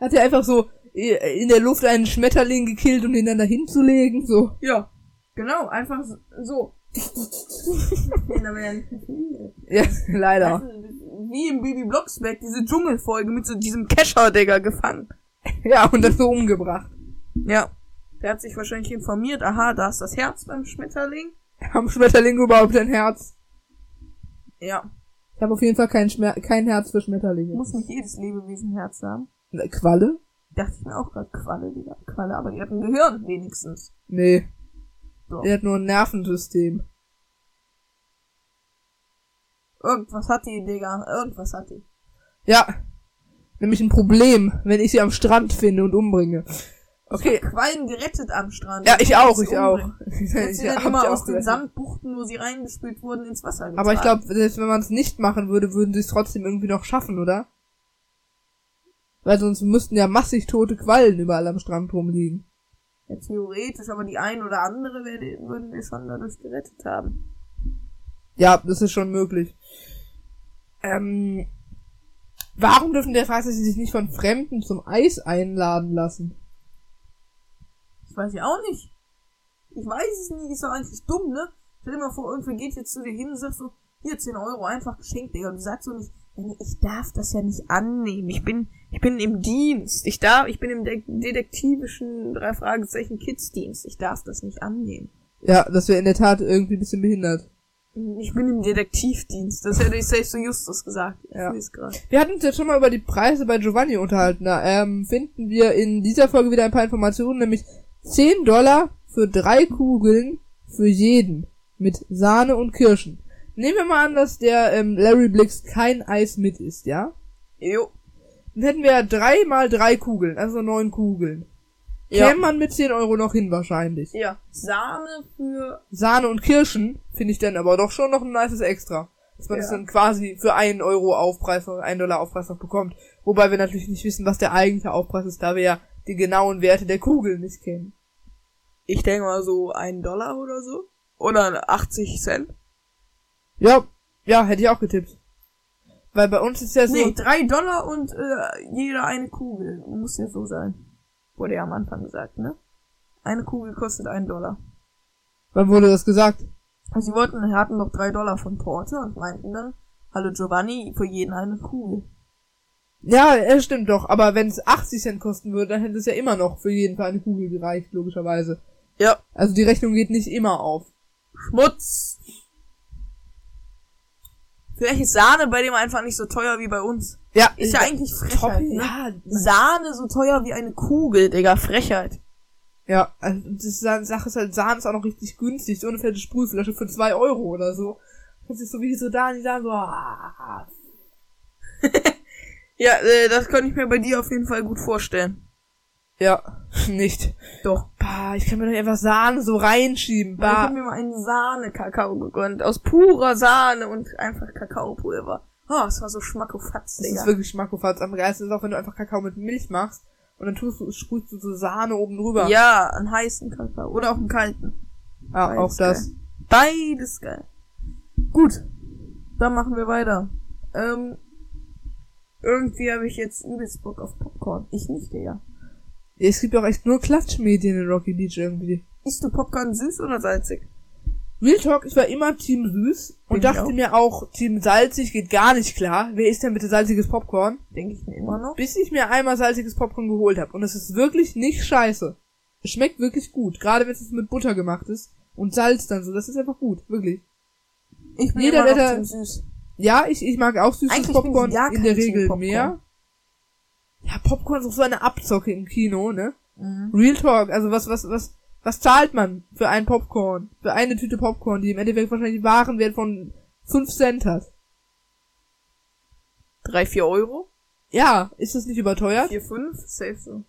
S1: Hat er einfach so äh, in der Luft einen Schmetterling gekillt, um den dann da hinzulegen, so.
S2: Ja. Genau, einfach so. Nee, da wär ja nicht viel.
S1: Ja, leider.
S2: Weißt du, Wie im Baby Blocksberg, diese Dschungelfolge mit so diesem Kescher, Digga, gefangen.
S1: Ja, und das so umgebracht.
S2: Ja. Der hat sich wahrscheinlich informiert, aha, da ist das Herz beim Schmetterling.
S1: Haben Schmetterlinge überhaupt ein Herz?
S2: Ja.
S1: Ich habe auf jeden Fall kein, Schmer kein Herz für Schmetterlinge.
S2: Muss nicht jedes Lebewesen Herz haben.
S1: Äh, Qualle?
S2: Dachte ich mir auch gerade, Qualle, Digga, Qualle, aber die hat ein Gehirn wenigstens.
S1: Nee.
S2: So.
S1: Er hat nur ein Nervensystem.
S2: Irgendwas hat die, Digga, irgendwas hat die.
S1: Ja. Nämlich ein Problem, wenn ich sie am Strand finde und umbringe. Okay.
S2: Quallen gerettet am Strand.
S1: Ja, ich auch, ich
S2: Sie
S1: auch.
S2: umbringen.
S1: Ich,
S2: Hat sie
S1: hab
S2: dann
S1: mich
S2: immer
S1: auch
S2: aus den
S1: gerettet.
S2: Sandbuchten, wo sie reingespült wurden, ins Wasser getragen.
S1: Aber ich glaube, selbst wenn man es nicht machen würde, würden sie es trotzdem irgendwie noch schaffen, oder? Weil sonst müssten ja massig tote Quallen überall am Strand rumliegen.
S2: Ja, theoretisch, aber die ein oder andere werde, würden wir schon dadurch gerettet haben.
S1: Ja, das ist schon möglich. Ähm, warum dürfen der Fahrzeuge sich nicht von Fremden zum Eis einladen lassen?
S2: Das weiß ich auch nicht. Ich weiß es nicht, ist doch eigentlich dumm, ne? Stell dir mal vor, irgendwer geht jetzt zu dir hin und sagt so, hier 10 Euro einfach geschenkt, Digga. Und du sagst so nicht, "Ja, nee, ich darf das ja nicht annehmen. Ich bin, ich bin im Dienst. Ich darf, ich bin im De detektivischen drei Fragezeichen Kids Dienst. Ich darf das nicht annehmen.
S1: Ja, das wäre in der Tat irgendwie ein bisschen behindert.
S2: Ich bin im Detektivdienst. Das hätte ich safe zu Justus gesagt. Ich
S1: Ja.
S2: ja. gerade.
S1: Wir hatten uns jetzt schon mal über die Preise bei Giovanni unterhalten. Da ähm, finden wir in dieser Folge wieder ein paar Informationen, nämlich 10 Dollar für drei Kugeln für jeden mit Sahne und Kirschen. Nehmen wir mal an, dass der ähm, Larry Blix kein Eis mit isst, ja?
S2: Jo.
S1: Dann hätten wir ja drei mal drei Kugeln, also neun Kugeln.
S2: Ja.
S1: Käme man mit 10 Euro noch hin wahrscheinlich.
S2: ja. Sahne für.
S1: Sahne und Kirschen finde ich dann aber doch schon noch ein nices Extra. Dass man
S2: Ja.
S1: das dann quasi für einen Euro Aufpreis noch, einen Dollar Aufpreis noch bekommt. Wobei wir natürlich nicht wissen, was der eigentliche Aufpreis ist, da wir ja die genauen Werte der Kugeln nicht kennen.
S2: Ich denke mal so einen Dollar oder so. Oder 80 Cent.
S1: Ja, ja, hätte ich auch getippt. Weil bei uns ist ja so,
S2: Nee, Also drei Dollar und äh, jeder eine Kugel. Muss ja so sein. Wurde ja am Anfang gesagt, ne? Eine Kugel kostet einen Dollar.
S1: wann wurde das gesagt?
S2: Also sie wollten, hatten noch drei Dollar von Porter und meinten dann, hallo Giovanni, für jeden eine Kugel.
S1: Ja, äh, stimmt doch, aber wenn es 80 Cent kosten würde, dann hätte es ja immer noch für jeden Fall eine Kugel gereicht, logischerweise.
S2: Ja.
S1: Also die Rechnung geht nicht immer auf.
S2: Schmutz. Vielleicht ist Sahne bei dem einfach nicht so teuer wie bei uns.
S1: Ja,
S2: Ist ja eigentlich Frechheit, Äh, ne?
S1: Ja,
S2: Sahne so teuer wie eine Kugel, Digga, Frechheit.
S1: ja, also das ist eine Sache ist halt, Sahne ist auch noch richtig günstig, so eine fette Sprühflasche für zwei Euro oder so. Das ist so wie so da und die sagen so, ah,
S2: Ja, äh, das könnte ich mir bei dir auf jeden Fall gut vorstellen.
S1: ja, nicht.
S2: Doch.
S1: Bah, ich kann mir doch nicht einfach Sahne so reinschieben.
S2: Ich habe
S1: Bah,
S2: mir mal einen Sahne-Kakao gegönnt. Aus purer Sahne und einfach Kakaopulver. Oh, es war so schmackofatz,
S1: das ist
S2: Digga.
S1: wirklich Schmackofatz. Am geilsten ist auch, wenn du einfach Kakao mit Milch machst und dann tust du, sprühst du so Sahne oben drüber.
S2: Ja, einen heißen Kakao. Oder auch einen kalten.
S1: ah, auch
S2: Beides
S1: das.
S2: Geil. Beides geil. Gut. Dann machen wir weiter. Ähm, irgendwie habe ich jetzt übelst Bock auf Popcorn. Ich nicht, Digga.
S1: Ja, Es gibt auch echt nur Klatschmedien in Rocky Beach irgendwie.
S2: Isst du Popcorn süß oder salzig?
S1: Real Talk, ich war immer Team süß
S2: Bin
S1: und
S2: ich
S1: dachte
S2: auch.
S1: mir auch, Team salzig geht gar nicht klar. Wer isst denn bitte salziges Popcorn?
S2: Denke ich mir immer noch.
S1: Bis ich mir einmal salziges Popcorn geholt habe. Und es ist wirklich nicht scheiße. Es schmeckt wirklich gut. Gerade wenn es mit Butter gemacht ist und Salz dann so. Das ist einfach gut. Wirklich.
S2: Ich bin
S1: Jeder,
S2: immer noch
S1: der da-
S2: Team süß.
S1: Ja, ich, ich mag auch süßes
S2: Eigentlich bin ich
S1: Popcorn
S2: gar
S1: in
S2: kein
S1: der
S2: Team
S1: Regel
S2: Popcorn.
S1: mehr. Ja, Popcorn ist auch so eine Abzocke im Kino, ne?
S2: Mhm.
S1: Real Talk, also was, was, was, was zahlt man für ein Popcorn? Für eine Tüte Popcorn, die im Endeffekt wahrscheinlich einen Warenwert von 5 Cent hat.
S2: Drei, vier Euro?
S1: Ja, ist das nicht überteuert?
S2: Vier, fünf? Safe so.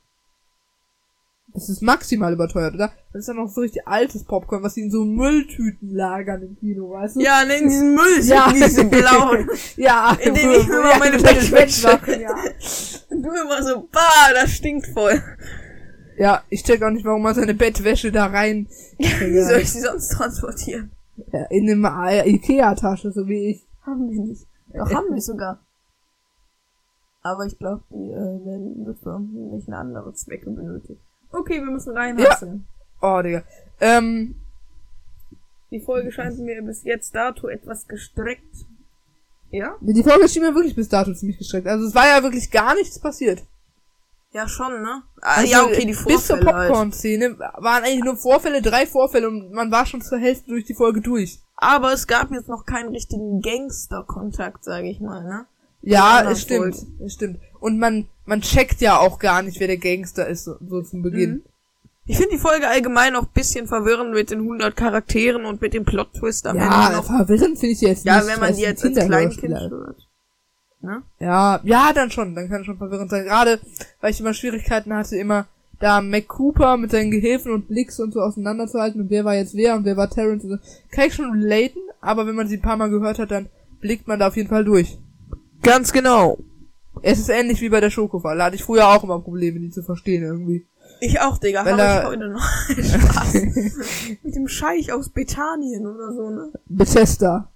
S1: Das ist maximal überteuert, oder? Das ist dann noch so richtig altes Popcorn, was sie in so Mülltüten lagern im Kino, weißt du?
S2: Ja, Genau. ne, in diesen Müll,
S1: Ja.
S2: in diesen blauen.
S1: ja
S2: in denen ich mir mal meine Wäsche
S1: wegmache. Ja.
S2: Und du immer so, bah, das stinkt voll.
S1: ja, ich check auch nicht, warum man seine Bettwäsche da rein
S2: Wie soll ich sie sonst transportieren?
S1: Ja, in einer Ikea-Tasche, so wie ich.
S2: Haben wir nicht. Doch, haben wir sogar. Aber ich glaube, die äh, werden wird für irgendwelchen anderen Zwecke benötigt. Okay, wir müssen reinhassen.
S1: Oh, Digga. Ähm,
S2: Die Folge scheint mir bis jetzt dato etwas gestreckt. Ja?
S1: die Folge schien mir wirklich bis dato ziemlich gestreckt. Also es war ja wirklich gar nichts passiert. Also,
S2: Ja, schon, ne? Ah, ja, okay, die
S1: Bis zur
S2: Vorfälle halt.
S1: Popcorn-Szene waren eigentlich nur Vorfälle, drei Vorfälle und man war schon zur Hälfte durch die Folge durch.
S2: Aber es gab jetzt noch keinen richtigen Gangster-Kontakt, sage ich mal, ne?
S1: Ja,
S2: anderen
S1: es stimmt, es stimmt. Und man, man checkt ja auch gar nicht, wer der Gangster ist, so, so zum Beginn.
S2: Mhm. Ich finde die Folge allgemein noch ein bisschen verwirrend mit den 100 Charakteren und mit dem Plot-Twist am Ende
S1: Ja,
S2: noch.
S1: verwirrend finde ich die jetzt
S2: Ja,
S1: nicht.
S2: wenn man die
S1: weil es
S2: jetzt
S1: ein
S2: als Kleinkind
S1: Kinderhörspiel halt. ist.
S2: hört. Ne?
S1: Ja, ja, dann schon, dann kann schon verwirrend sein. Gerade, weil ich immer Schwierigkeiten hatte, immer da Mac Cooper mit seinen Gehilfen und Blicks und so auseinanderzuhalten und wer war jetzt wer und wer war Terrence. und so. Kann ich schon relaten, aber wenn man sie ein paar Mal gehört hat, dann blickt man da auf jeden Fall durch.
S2: Ganz genau.
S1: Es ist ähnlich wie bei der Schokofall. Da hatte ich früher auch immer Probleme, die zu verstehen irgendwie.
S2: Ich auch, Digga.
S1: Wenn
S2: Hab
S1: da-
S2: ich heute noch Spaß. mit dem Scheich aus Bethanien oder so, ne?
S1: Bethesda.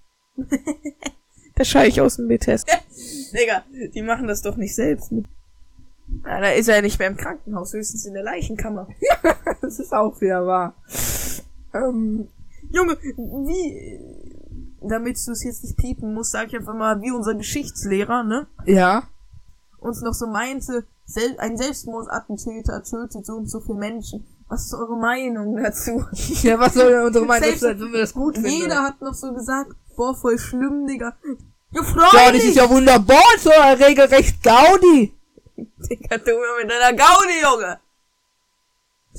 S2: Der Scheich aus dem Bethesda. Digga, die machen das doch nicht selbst. Na, da ist er ja nicht mehr im Krankenhaus, höchstens in der Leichenkammer.
S1: Das ist auch wieder wahr. Ähm,
S2: Junge, wie... Damit du es jetzt nicht piepen musst, sag ich einfach mal, wie unser Geschichtslehrer, ne?
S1: ja.
S2: uns noch so meinte, sel ein Selbstmordattentäter tötet so und so viele Menschen. Was ist eure Meinung dazu?
S1: Ja, was soll denn unsere Meinung
S2: Selbst-
S1: sein, wenn wir das gut finden?
S2: Jeder hat noch so gesagt, boah, voll schlimm, Digga. Ja, freu
S1: Ja, das
S2: dich,
S1: ist ja wunderbar, so ein regelrecht Gaudi.
S2: Digga, du immer mit deiner Gaudi, Junge.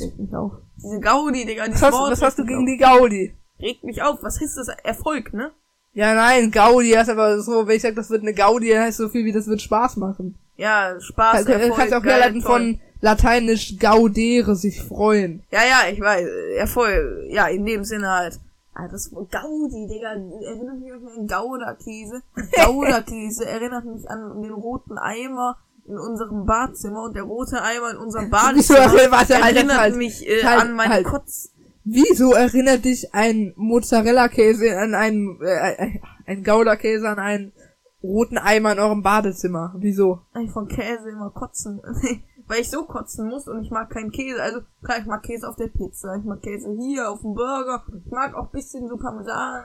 S2: Regt mich auf. Diese Gaudi, Digga, dieses
S1: Was hast,
S2: Wort
S1: was hast du
S2: regt
S1: gegen
S2: mich
S1: die Gaudi?
S2: auf. Regt mich auf. Was ist das? Erfolg, ne?
S1: Ja, nein, Gaudi heißt aber so, wenn ich sag, das wird eine Gaudi, dann heißt so viel wie das wird Spaß machen.
S2: Ja, Spaß,
S1: Das
S2: Erfolg,
S1: kannst auch
S2: geil,
S1: herleiten
S2: toll.
S1: von lateinisch gaudere, sich freuen.
S2: Ja, ja, ich weiß. Erfolg. Ja, in dem Sinne halt. Ah, das war Gaudi, Digga. Erinnert mich an den Gouda-Käse. Gouda-Käse erinnert mich an den roten Eimer in unserem Badzimmer und der rote Eimer in unserem
S1: Wieso,
S2: Badezimmer
S1: warte, warte, halt,
S2: erinnert
S1: halt,
S2: mich äh,
S1: halt,
S2: an meine
S1: halt.
S2: Kotz.
S1: Wieso erinnert dich ein Mozzarella-Käse an einen, äh, ein Gouda-Käse an einen roten Eimer in eurem Badezimmer? Wieso?
S2: Ich von Käse immer kotzen. Weil ich so kotzen muss und ich mag keinen Käse. Also klar, ich mag Käse auf der Pizza, ich mag Käse hier, auf dem Burger. Ich mag auch bisschen so Parmesan,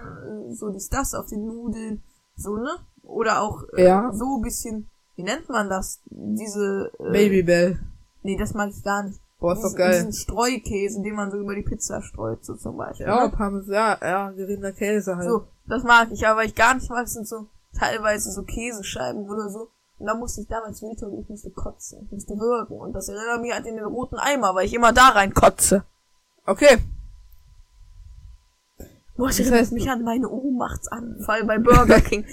S2: äh, so dies, das auf den Nudeln. So, ne? Oder auch äh,
S1: Ja.
S2: so bisschen, wie nennt man das? Diese äh,
S1: Babybell.
S2: Nee, das mag ich gar nicht.
S1: Boah, ist doch geil.
S2: Diesen Streukäse, den man so über die Pizza streut, so zum Beispiel.
S1: Ja,
S2: ne?
S1: Parmesan, ja, geriebener Käse halt.
S2: So, das mag ich, aber ich gar nicht mag, sind so teilweise so Käsescheiben oder so. Und da musste ich damals Veto und ich musste kotzen. Ich musste würgen. Und das erinnert mich halt in den roten Eimer, weil ich immer da rein kotze.
S1: Okay.
S2: Boah, das
S1: Das
S2: erinnert
S1: heißt-
S2: mich an meine Ohnmachtsanfall bei Burger King.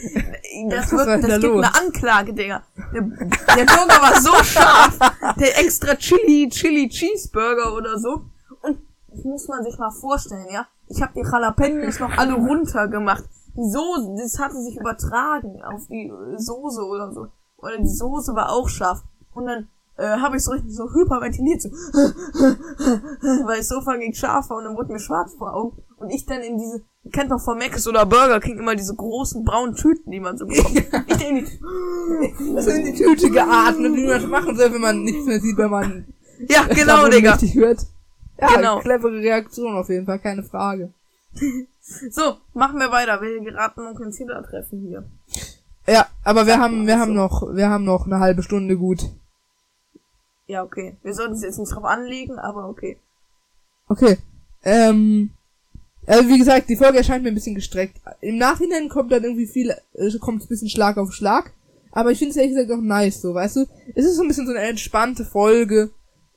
S2: Das,
S1: Was war denn
S2: wird, das
S1: da
S2: gibt
S1: los?
S2: eine Anklage, Digga. Der, der Burger war so scharf. Der extra Chili, Chili Cheeseburger oder so. Und das muss man sich mal vorstellen, ja. Ich habe die Jalapenos noch alle runtergemacht. Die Soße, das hatte sich übertragen auf die äh, Soße oder so. Oder die Soße war auch scharf. Und dann äh, habe ich so richtig so hyperventiliert, so, weil es so fucking scharf war und dann wurde mir schwarz vor Augen. Und ich dann in diese, ihr kennt doch von Mc's oder Burger King immer diese großen braunen Tüten, die man so bekommt. ich denke nicht,
S1: Das in die Tüte geatmet, wie man das machen soll, wenn man nichts mehr sieht, wenn man
S2: ja, genau,
S1: davon
S2: Digga.
S1: richtig hört. Ja,
S2: Genau.
S1: clevere Reaktion auf jeden Fall, keine Frage.
S2: So, machen wir weiter. Wir geraten uns ins Hintertreffen hier.
S1: Ja, aber wir haben, wir haben noch, wir haben noch eine halbe Stunde gut.
S2: Ja, okay. Wir sollten es jetzt nicht drauf anlegen, aber okay.
S1: Okay. Ähm, also wie gesagt, die Folge erscheint mir ein bisschen gestreckt. Im Nachhinein kommt dann irgendwie viel, äh, kommt ein bisschen Schlag auf Schlag. Aber ich finde es ehrlich gesagt auch nice, so, weißt du? Es ist so ein bisschen so eine entspannte Folge.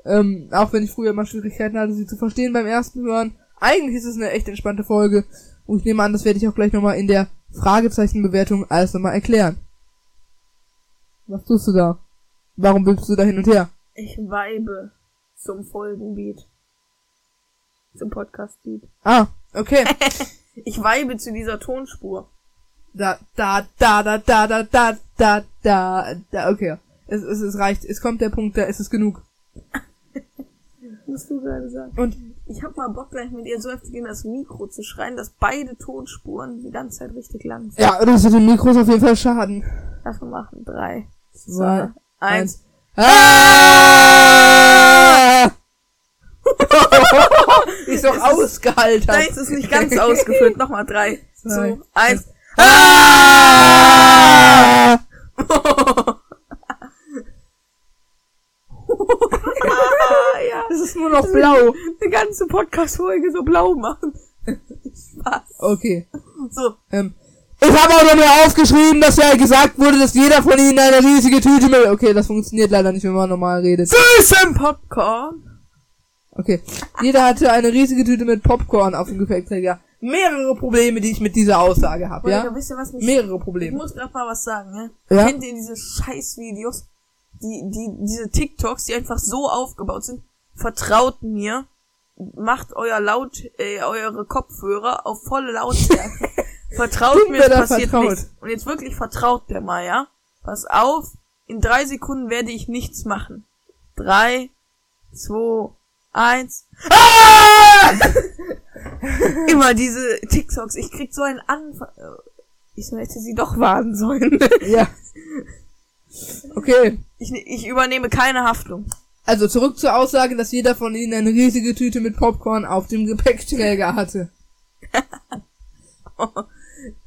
S1: Ähm, auch wenn ich früher immer Schwierigkeiten hatte, sie zu verstehen beim ersten Hören. Eigentlich ist es eine echt entspannte Folge. Und ich nehme an, das werde ich auch gleich nochmal in der Fragezeichenbewertung alles nochmal erklären. Was tust du da? Warum wippst du da hin und her?
S2: Ich weibe zum Folgenbeat. Zum Podcastbeat.
S1: Ah, okay.
S2: Ich weibe zu dieser Tonspur.
S1: da, da, da, da, da, da, da, da, da, da, okay. Es, es, es reicht. Es kommt der Punkt, da ist es genug.
S2: Musst du gerade sagen.
S1: Und
S2: Ich hab mal Bock, gleich mit ihr so heftig gegen das Mikro zu schreien, dass beide Tonspuren die ganze Zeit richtig lang sind.
S1: ja, das wird den Mikros auf jeden Fall schaden.
S2: Lass mal machen. Drei,
S1: Zwei,
S2: eins.
S1: Ah! ist doch ausgehalten.
S2: Nein, es ist nicht ganz ausgeführt. Nochmal drei,
S1: Zwei,
S2: zwei, eins.
S1: Ah!
S2: Ah, ja.
S1: Es ist nur noch blau.
S2: Eine ganze Podcast-Folge so blau machen. Spaß.
S1: Okay.
S2: So,
S1: Ähm. Ich habe auch noch mehr aufgeschrieben, dass ja gesagt wurde, dass jeder von ihnen eine riesige Tüte mit... Okay, das funktioniert leider nicht, wenn man normal redet.
S2: süßen Popcorn.
S1: Okay. Jeder hatte eine riesige Tüte mit Popcorn auf dem Gepäckträger. Mehrere Probleme, die ich mit dieser Aussage habe,
S2: Ja?
S1: ja?
S2: Wisst ihr, was mich
S1: Mehrere
S2: Ich
S1: Probleme.
S2: muss grad mal was sagen, ne?
S1: Ja?
S2: Kennt ihr diese Scheißvideos, die, die, diese TikToks, die einfach so aufgebaut sind? Vertraut mir, macht euer laut, äh, eure Kopfhörer auf volle Lautstärke. vertraut
S1: Sind
S2: mir,
S1: wir
S2: es
S1: da
S2: passiert
S1: vertraut?
S2: nichts. Und jetzt wirklich vertraut mir mal, ja? Pass auf, in drei Sekunden werde ich nichts machen. Drei, zwei, eins.
S1: Ah!
S2: Immer diese TikToks. Ich krieg so einen Anfang. Ich hätte sie doch warnen sollen.
S1: Ja. Okay.
S2: Ich, ich übernehme keine Haftung.
S1: Also zurück zur Aussage, dass jeder von ihnen eine riesige Tüte mit Popcorn auf dem Gepäckträger hatte.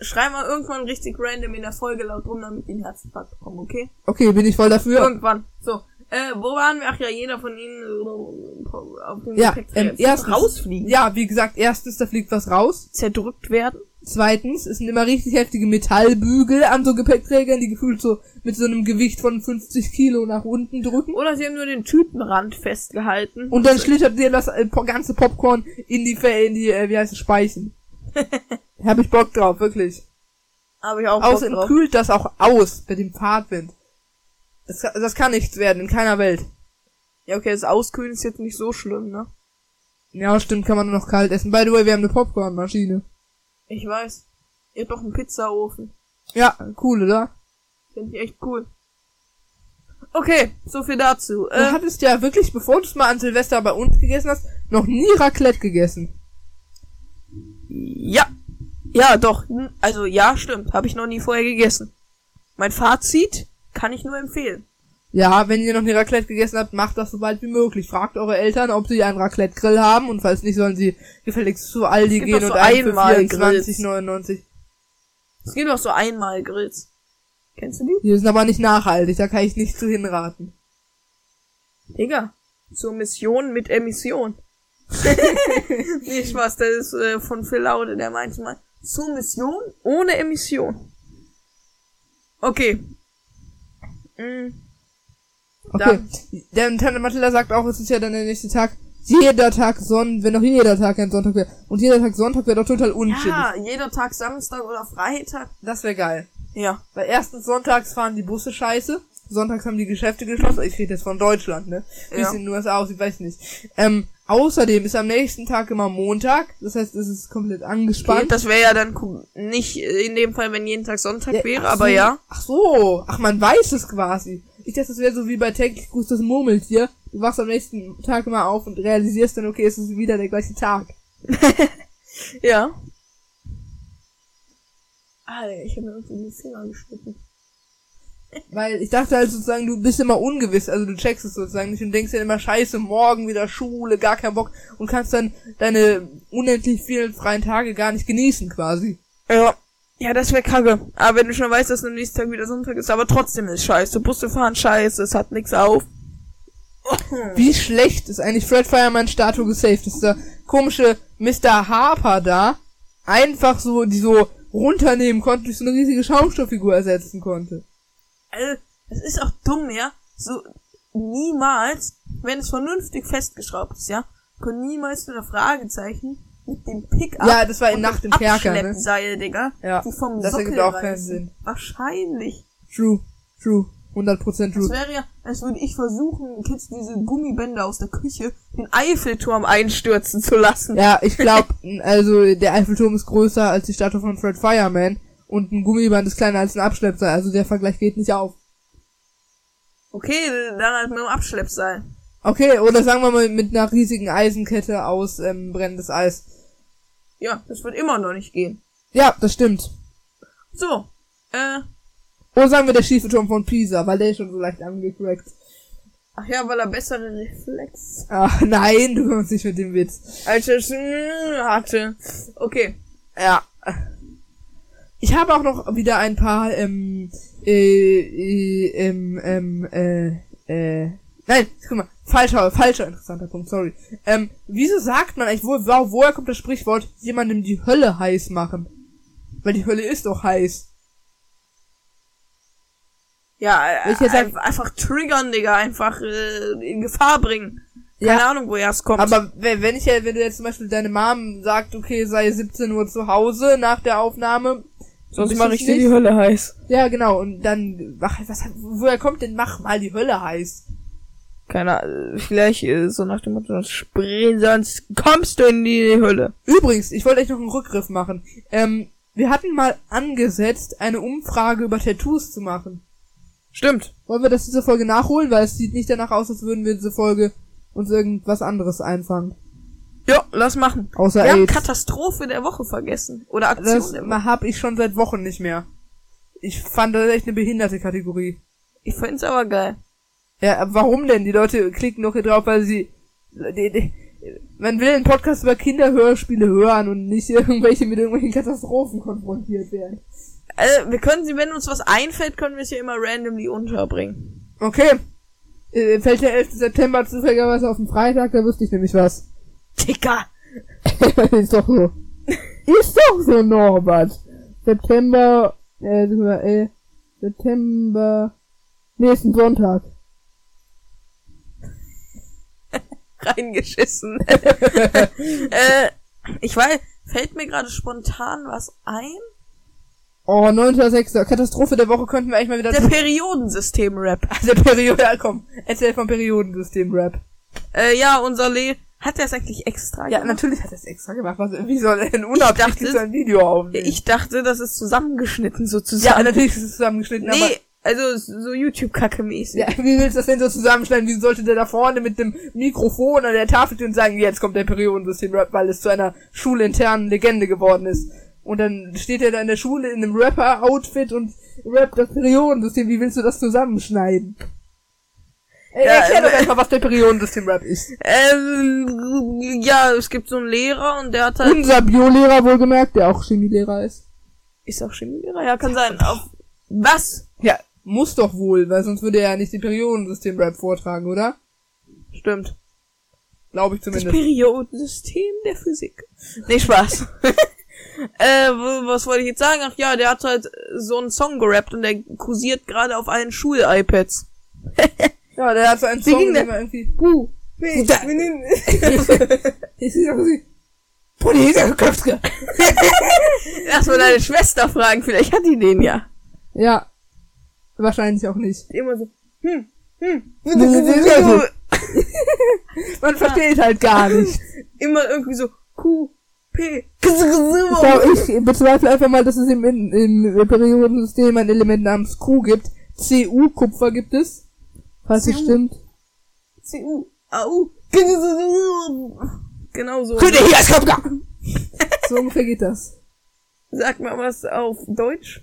S2: Schrei mal irgendwann richtig random in der Folge laut rum, damit die einen Herzinfarkt bekommen, okay?
S1: Okay, bin ich voll dafür.
S2: Irgendwann. So. Äh, wo waren wir? Ach ja, jeder von ihnen äh, auf dem
S1: Ja,
S2: Gepäckträger.
S1: ähm,
S2: Jetzt
S1: erstens-
S2: rausfliegen.
S1: Ja, wie gesagt, erstens, da fliegt was raus.
S2: Zerdrückt werden.
S1: Zweitens, es sind immer richtig heftige Metallbügel an so Gepäckträgern, die gefühlt so mit so einem Gewicht von 50 Kilo nach unten drücken.
S2: Oder sie haben nur den Tütenrand festgehalten.
S1: Und dann schlittert dir das äh, po- ganze Popcorn in die, Fe- in die äh, wie heißt es, Speichen. Hab ich Bock drauf, wirklich.
S2: Habe ich auch Bock
S1: Außerdem
S2: drauf.
S1: kühlt das auch aus mit dem Fahrtwind. Das, ka- das kann nichts werden, in keiner Welt.
S2: Ja, okay, das Auskühlen ist jetzt nicht so schlimm, ne?
S1: Ja, stimmt, kann man nur noch kalt essen. By the way, wir haben eine Popcornmaschine.
S2: Ich weiß. Ihr habt doch einen Pizzaofen.
S1: Ja, cool, oder?
S2: Finde ich echt cool. Okay, so viel dazu.
S1: Du
S2: Äh,
S1: hattest ja wirklich, bevor du es mal an Silvester bei uns gegessen hast, noch nie Raclette gegessen.
S2: ja. Ja, doch. Hm, Also ja, stimmt. Habe ich noch nie vorher gegessen. Mein Fazit kann ich nur empfehlen.
S1: Ja, wenn ihr noch nie Raclette gegessen habt, macht das so bald wie möglich. Fragt eure Eltern, ob sie einen Raclette-Grill haben und falls nicht, sollen sie gefälligst zu Aldi
S2: Es gibt
S1: gehen
S2: doch
S1: und
S2: so
S1: einen für
S2: einmal
S1: 24,99.
S2: Es gibt auch so einmal Grills. Kennst du die?
S1: Die sind aber nicht nachhaltig, da kann ich nicht zu hinraten.
S2: Digga. Zur Mission mit Emission. nee, Spaß, das ist äh, von Phil Laude, der meinte mal, zur Mission ohne Emission. Okay. Mm.
S1: Okay. Denn Tante Matilda sagt auch, es ist ja dann der nächste Tag. Jeder Tag Sonn, wenn doch jeder Tag ein Sonntag wäre. Und jeder Tag Sonntag wäre doch total unschön.
S2: Ja, jeder Tag Samstag oder Freitag.
S1: Das wäre geil.
S2: Ja.
S1: Weil erstens sonntags fahren die Busse scheiße. Sonntags haben die Geschäfte geschlossen. Ich rede jetzt von Deutschland, ne? Wie
S2: Ja.
S1: es in den USA aussieht, weiß ich nicht. Ähm, außerdem ist am nächsten Tag immer Montag. Das heißt, es ist komplett angespannt.
S2: Das wäre ja dann cool. nicht äh, in dem Fall, wenn jeden Tag Sonntag
S1: Ja,
S2: wäre,
S1: ach
S2: aber
S1: so.
S2: ja.
S1: Ach so. Ach, man weiß es quasi. Ich dachte, das wäre so wie bei täglich grüßt das Murmeltier. Du wachst am nächsten Tag immer auf und realisierst dann, okay, es ist wieder der gleiche Tag.
S2: Ja. Ah, ich habe mir irgendwie die Finger geschnitten.
S1: Weil ich dachte halt sozusagen, du bist immer ungewiss, also du checkst es sozusagen nicht und denkst dann immer, scheiße, morgen wieder Schule, gar kein Bock und kannst dann deine unendlich vielen freien Tage gar nicht genießen quasi.
S2: Ja. Ja, das wäre kacke. Aber wenn du schon weißt, dass am nächsten Tag wieder Sonntag ist, aber trotzdem ist scheiße. Busse fahren scheiße, es hat nix auf.
S1: Wie schlecht ist eigentlich Fred Fireman Statue gesaved? Ist der komische Mr. Harper da einfach so, die so runternehmen konnte, durch so eine riesige Schaumstofffigur ersetzen konnte.
S2: Also, das ist auch dumm, ja. So, niemals, wenn es vernünftig festgeschraubt ist, ja, können niemals wieder Fragezeichen mit dem Pickup.
S1: Ja, das war in Nacht im Kerker, ne?
S2: Abschleppseil, Digga.
S1: Ja,
S2: Die vom
S1: das
S2: Sockel
S1: ergibt auch keinen
S2: reißen.
S1: Sinn.
S2: Wahrscheinlich.
S1: True, true, 100%
S2: Das
S1: true.
S2: wäre ja, als würde ich versuchen, Kids diese Gummibänder aus der Küche den Eiffelturm einstürzen zu lassen.
S1: Ja, ich glaube, also der Eiffelturm ist größer als die Statue von Fred Fireman und ein Gummiband ist kleiner als ein Abschleppseil, also der Vergleich geht nicht auf.
S2: Okay, dann halt mit dem Abschleppseil.
S1: Okay, oder sagen wir mal mit einer riesigen Eisenkette aus ähm, brennendes Eis.
S2: Ja, das wird immer noch nicht gehen.
S1: Ja, das stimmt.
S2: So, äh,
S1: Oder sagen wir der schiefe Turm von Pisa, weil der ist schon so leicht angecrackt.
S2: ach ja, weil er bessere Reflex
S1: Ach Ah, nein, du kommst nicht mit dem Witz.
S2: als er schon hatte. Okay,
S1: Ja. Ich habe auch noch wieder ein paar, ähm, äh, äh, ähm, ähm, äh, äh, nein, guck mal, falscher, falscher interessanter Punkt, sorry. Ähm, wieso sagt man eigentlich, wo, wo, woher kommt das Sprichwort, jemandem die Hölle heiß machen? Weil die Hölle ist doch heiß.
S2: ja, äh,
S1: Will ich jetzt
S2: einfach, einfach triggern, Digga, einfach äh, in Gefahr bringen. Keine Ahnung, woher es kommt.
S1: Aber we- wenn ich ja, wenn du jetzt zum Beispiel deine Mom sagt, okay, sei 17 Uhr zu Hause nach der Aufnahme, bist du's nicht.
S2: Hölle heiß.
S1: Ja, genau, und dann, ach, was, hat- woher kommt denn, mach mal die Hölle heiß?
S2: Keine Ahnung, vielleicht äh, so nach dem Motto, sonst spr- sonst kommst du in die Hölle.
S1: Übrigens, ich wollte echt noch einen Rückgriff machen. Ähm, wir hatten mal angesetzt, eine Umfrage über Tattoos zu machen.
S2: Stimmt.
S1: Wollen wir das diese Folge nachholen? Weil es sieht nicht danach aus, als würden wir diese Folge uns irgendwas anderes einfangen.
S2: Ja, lass machen.
S1: Außer
S2: Wir haben
S1: AIDS.
S2: Katastrophe der Woche vergessen. Oder Aktion
S1: Das
S2: der Woche.
S1: habe ich schon seit Wochen nicht mehr. Ich fand das echt eine behinderte Kategorie.
S2: Ich find's aber geil.
S1: Ja, aber warum denn? Die Leute klicken doch hier drauf, weil sie. Die, die, man will einen Podcast über Kinderhörspiele hören und nicht irgendwelche mit irgendwelchen Katastrophen konfrontiert werden.
S2: Also, wir können sie, wenn uns was einfällt, können wir es hier immer randomly unterbringen.
S1: Okay. Äh, fällt der 11. September zufälligerweise auf den Freitag, da wüsste ich nämlich was.
S2: Dicker!
S1: ist doch so. Ist doch so, Norbert. September, äh, sag mal, äh, September, nächsten Sonntag.
S2: Reingeschissen. äh, ich weiß, fällt mir gerade spontan was ein?
S1: Oh, 9.6. Katastrophe der Woche könnten wir eigentlich mal wieder...
S2: Der Periodensystem-Rap.
S1: der Periode, ja, komm, erzähl vom Periodensystem-Rap.
S2: Äh, ja, unser Le... Hat der es eigentlich extra
S1: Ja,
S2: gemacht?
S1: natürlich hat er es extra gemacht. Was, wie soll er denn unabsichtlich
S2: dachte-
S1: so ein Video aufnehmen?
S2: Ich dachte, das ist zusammengeschnitten
S1: ja,
S2: sozusagen.
S1: natürlich ist es zusammengeschnitten, aber...
S2: Nee, also so YouTube-Kacke mäßig.
S1: Ja, wie willst du das denn so zusammenschneiden? Wie sollte der da vorne mit dem Mikrofon an der Tafel stehen und sagen, jetzt kommt der Periodensystem-Rap, weil es zu einer schulinternen Legende geworden ist. Und dann steht er da in der Schule in einem Rapper-Outfit und rappt das Periodensystem. Wie willst du das zusammenschneiden? Ey,
S2: Ja,
S1: erklär doch
S2: also-
S1: erstmal, was der Periodensystem-Rap ist.
S2: Ähm, ja, es gibt so einen Lehrer und der hat halt.
S1: Unser Biolehrer wohlgemerkt, der auch Chemielehrer ist.
S2: Ist auch Chemielehrer? Ja, kann sein. Auf was?
S1: Ja, muss doch wohl, weil sonst würde er ja nicht den Periodensystem-Rap vortragen, oder?
S2: Stimmt.
S1: Glaube ich
S2: Das
S1: zumindest.
S2: Periodensystem der Physik. Nee, Spaß. äh, wo- was wollte ich jetzt sagen? Ach ja, der hat halt so einen Song gerappt und der kursiert gerade auf allen Schul-iPads.
S1: Ja, der hat so einen
S2: Wie
S1: Song,
S2: ging
S1: den
S2: der-
S1: war irgendwie. Huh. Ich
S2: Da-
S1: bin in. Ich sehe doch sie. Pony ist ja Köpfke.
S2: Lass mal deine Schwester fragen, vielleicht hat die den ja.
S1: Ja. Wahrscheinlich auch nicht.
S2: Immer so. hm,
S1: Man versteht halt gar nicht.
S2: Immer irgendwie so Q, P.
S1: Ich, glaub, ich bezweifle einfach mal, dass es im, in, im Periodensystem ein Element namens Q gibt. CU-Kupfer gibt es. Falls es
S2: CU.
S1: stimmt.
S2: C, U, A, U. Genau so.
S1: So ungefähr geht das.
S2: Sag mal was auf Deutsch,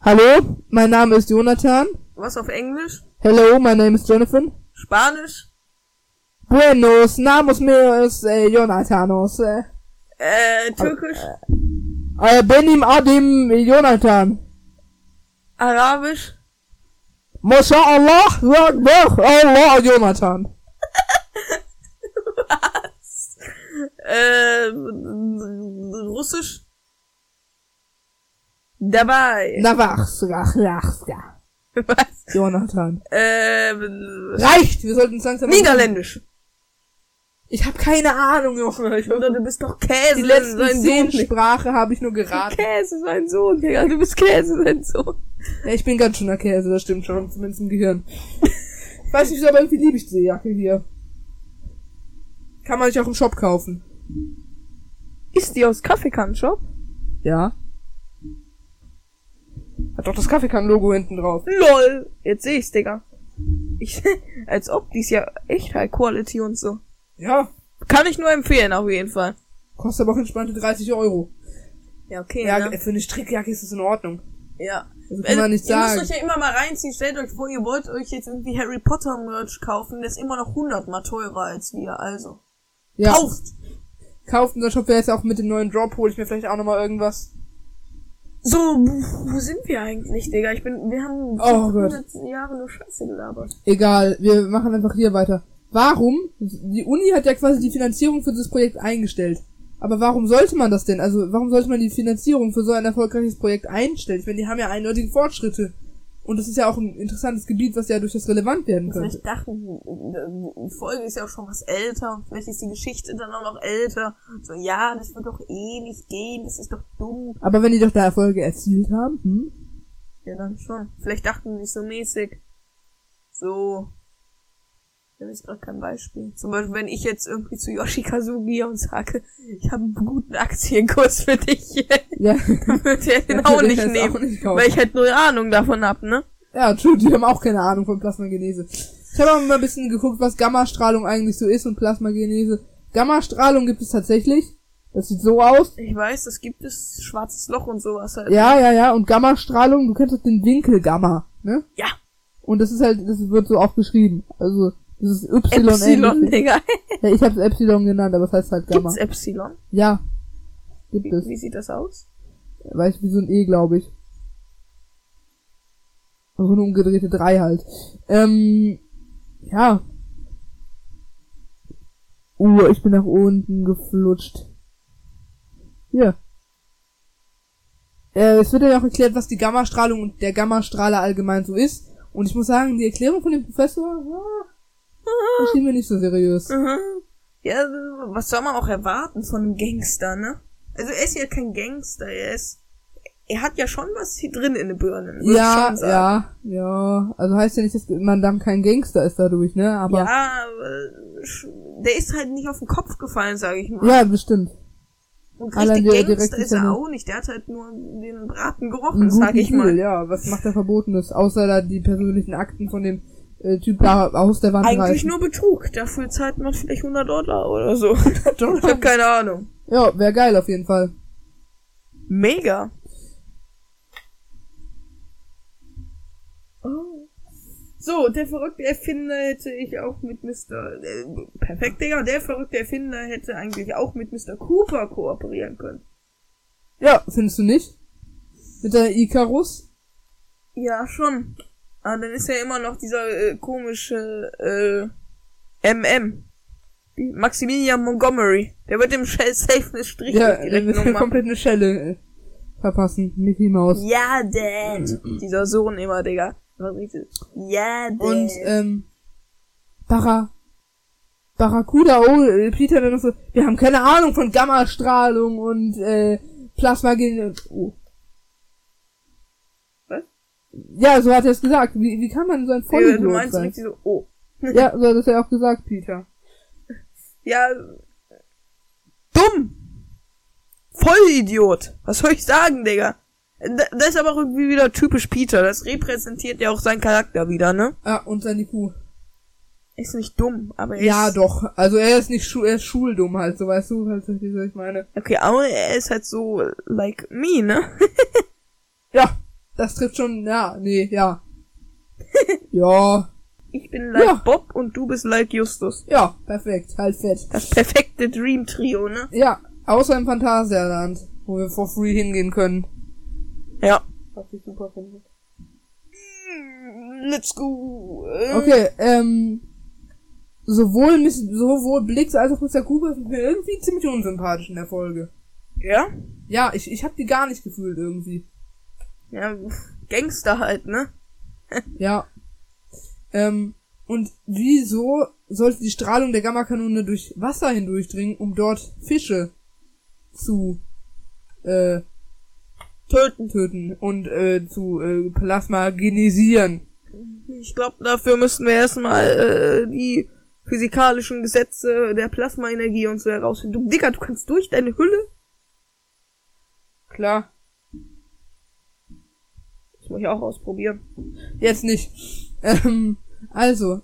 S1: Hallo, mein Name ist Jonathan.
S2: was auf Englisch,
S1: Hello, my name is Jonathan.
S2: Spanisch,
S1: Buenos Namos meos eh, Jonathanos. Eh.
S2: äh, Türkisch,
S1: Äh, Benim Adim Jonathan.
S2: Arabisch.
S1: Masha Allah, sag doch Allah Jonathan.
S2: äh, Russisch. Dabei.
S1: Navachs, rach, rach, ja.
S2: Was?
S1: Jonathan.
S2: Äh,
S1: Reicht, wir sollten es langsam...
S2: Niederländisch.
S1: Ich habe keine Ahnung, Junge. Ich
S2: Oder du bist doch Käse.
S1: die letzten
S2: sein
S1: zehn
S2: Sohn.
S1: Sprache habe ich nur geraten.
S2: Käse, sein Sohn. Digga, du bist Käse, sein Sohn.
S1: Ja, ich bin ganz schöner Käse, das stimmt schon, zumindest im Gehirn. Ich weiß nicht, aber irgendwie liebe ich diese Jacke hier. Kann man nicht auch im Shop kaufen.
S2: Ist die aus Kaffeekannenshop?
S1: Ja. Hat doch das Kaffeekann-Logo hinten drauf.
S2: LOL. Jetzt seh ich's, Digga. Ich, als ob, die ist ja echt High Quality und so.
S1: Ja.
S2: Kann ich nur empfehlen, auf jeden Fall.
S1: Kostet aber auch entspannte 30 Euro.
S2: Ja, okay.
S1: Ja,
S2: Ja, ne?
S1: für eine Strickjacke ist es in Ordnung.
S2: ja.
S1: Also kann man nicht
S2: ihr
S1: sagen.
S2: müsst euch ja immer mal reinziehen. Stellt euch vor, ihr wollt euch jetzt irgendwie Harry Potter Merch kaufen. Der ist immer noch hundertmal teurer als wir, also.
S1: Ja,
S2: Kauft!
S1: kauft unser Shop wäre jetzt auch mit dem neuen Drop, hole ich mir vielleicht auch nochmal irgendwas.
S2: So, wo sind wir eigentlich, Digga? Ich bin, wir haben
S1: Oh Gott.
S2: 100 Jahre nur Scheiße gelabert.
S1: Egal, wir machen einfach hier weiter. Warum? Die Uni hat ja quasi die Finanzierung für dieses Projekt eingestellt. Aber warum sollte man das denn? Also, warum sollte man die Finanzierung für so ein erfolgreiches Projekt einstellen? Ich meine, die haben ja eindeutige Fortschritte. Und das ist ja auch ein interessantes Gebiet, was ja durchaus relevant werden könnte.
S2: Vielleicht dachten, die die Folge ist ja auch schon was älter. Vielleicht ist die Geschichte dann auch noch älter. So, ja, das wird doch eh nicht gehen. Das ist doch dumm.
S1: Aber wenn die doch da Erfolge erzielt haben, hm?
S2: Ja, dann schon. Vielleicht dachten die so mäßig. So. Ich habe jetzt gerade kein Beispiel. Zum Beispiel, wenn ich jetzt irgendwie zu Yoshi Kazuki und sage, ich habe einen guten Aktienkurs für dich,
S1: Ja.
S2: würde er den
S1: Ja, der
S2: auch Genau nicht
S1: kann es
S2: nehmen.
S1: auch nicht kaufen.
S2: weil ich halt null Ahnung davon hab, ne?
S1: Ja, true, die haben auch keine Ahnung von Plasmagenese. Ich habe auch mal ein bisschen geguckt, was Gammastrahlung eigentlich so ist und Plasmagenese. Gammastrahlung gibt es tatsächlich. Das sieht so aus.
S2: Ich weiß, es gibt das schwarzes Loch und sowas halt.
S1: Ja, ja, ja. Und Gammastrahlung, du kennst doch den Winkel Gamma, ne?
S2: Ja.
S1: Und das ist halt, das wird so auch geschrieben. Also, das ist Y.
S2: Epsilon, Digga.
S1: Ja, ich habe es Epsilon genannt, aber es heißt halt Gamma.
S2: Gibt's Epsilon?
S1: Ja. Gibt
S2: Wie,
S1: es.
S2: wie sieht das aus?
S1: Weiß ich, wie so ein E, glaube ich. So eine umgedrehte 3 halt. Ähm, ja. Uh, ich bin nach unten geflutscht. Hier. Äh, es wird ja auch erklärt, was die Gammastrahlung und der Gammastrahler allgemein so ist. Und ich muss sagen, die Erklärung von dem Professor, ah, das schien mir nicht so seriös.
S2: Mhm. Ja, was soll man auch erwarten von einem Gangster, ne? Also er ist ja kein Gangster, er ist. Er hat ja schon was hier drin in den Birnen. würd ich
S1: Ja,
S2: schon sagen.
S1: ja, ja. Also heißt ja nicht, dass man dann kein Gangster ist dadurch, ne? Aber.
S2: Ja, Ah, aber sch- der ist halt nicht auf den Kopf gefallen, sage ich mal.
S1: Ja, bestimmt.
S2: Und
S1: allein
S2: richtig
S1: der
S2: Gangster
S1: direkte
S2: ist er
S1: Verlust.
S2: auch nicht. Der hat halt nur den Braten
S1: Einen
S2: gerochen, sag
S1: guten
S2: ich mal.
S1: Deal, Ja, was macht er Verbotenes? Außer da die persönlichen Akten von dem äh, Typ da aus der Wand
S2: Eigentlich
S1: reißen.
S2: nur Betrug. Dafür zahlt man vielleicht 100 Dollar oder so. Ich hab keine Ahnung.
S1: Ja, wär geil auf jeden Fall.
S2: Mega. Oh. So, der verrückte Erfinder hätte ich auch mit Mr. Äh, perfekt, Digga. Der verrückte Erfinder hätte eigentlich auch mit Mr. Cooper kooperieren können.
S1: Ja, findest du nicht? Mit der Icarus?
S2: Ah, Ja, schon. Aber dann ist ja immer noch dieser äh, komische äh, MM. Wie Maximilian Montgomery. Der wird dem Shell safe eine Strich
S1: Ja,
S2: durch die
S1: dann wird
S2: Rechnung
S1: mir
S2: machen.
S1: komplett eine Schelle äh, verpassen. Mickey Maus.
S2: Ja, Dad. Dieser Sohn immer, Digga. Immer richtig. Ja, Dad.
S1: Und, ähm, Barra, Barracuda, oh, äh, Peter, dann so, wir haben keine Ahnung von Gammastrahlung und, äh, Plasmagen, oh.
S2: Was?
S1: Ja, so hat er es gesagt. Wie, wie kann man so ein
S2: Digga, du
S1: Vollidiot
S2: meinst
S1: sein?
S2: richtig so, oh.
S1: Ja, so hat es ja auch gesagt, Peter.
S2: Ja. Dumm. Vollidiot. Was soll ich sagen, Digga? Da- Das ist aber auch irgendwie wieder typisch Peter. Das repräsentiert ja auch seinen Charakter wieder, ne?
S1: Ah, und sein IQ.
S2: Ist nicht dumm, aber er
S1: Ja,
S2: ist,
S1: doch. Also er ist nicht schu er ist schuldumm halt, so weißt du, halt, wie soll ich meine.
S2: Okay, aber er ist halt so like me, ne?
S1: Ja, das trifft schon, ja, nee, ja. ja,
S2: Ich bin like
S1: Ja.
S2: Bob und du bist like Justus.
S1: ja, perfekt, halt fett.
S2: Das perfekte Dream Trio, ne?
S1: Ja, außer im Phantasialand, wo wir for free hingehen können.
S2: Ja.
S1: Was ich super finde.
S2: Let's go. Äh,
S1: Okay, ähm, sowohl, Miss, sowohl Blix als auch Mr. Cooper sind mir irgendwie ziemlich unsympathisch in der Folge.
S2: Ja?
S1: Ja, ich, ich hab die gar nicht gefühlt irgendwie.
S2: Ja, Gangster halt, ne?
S1: Ja. Ähm, und wieso sollte die Strahlung der Gammakanone durch Wasser hindurchdringen, um dort Fische zu äh,
S2: Töten.
S1: töten und äh, zu äh, plasmagenisieren?
S2: Ich glaube, dafür müssten wir erstmal äh, die physikalischen Gesetze der Plasmaenergie und so herausfinden. Du, Digga, du kannst durch deine Hülle.
S1: Klar.
S2: Das muss ich auch ausprobieren.
S1: Jetzt nicht. Ähm, also.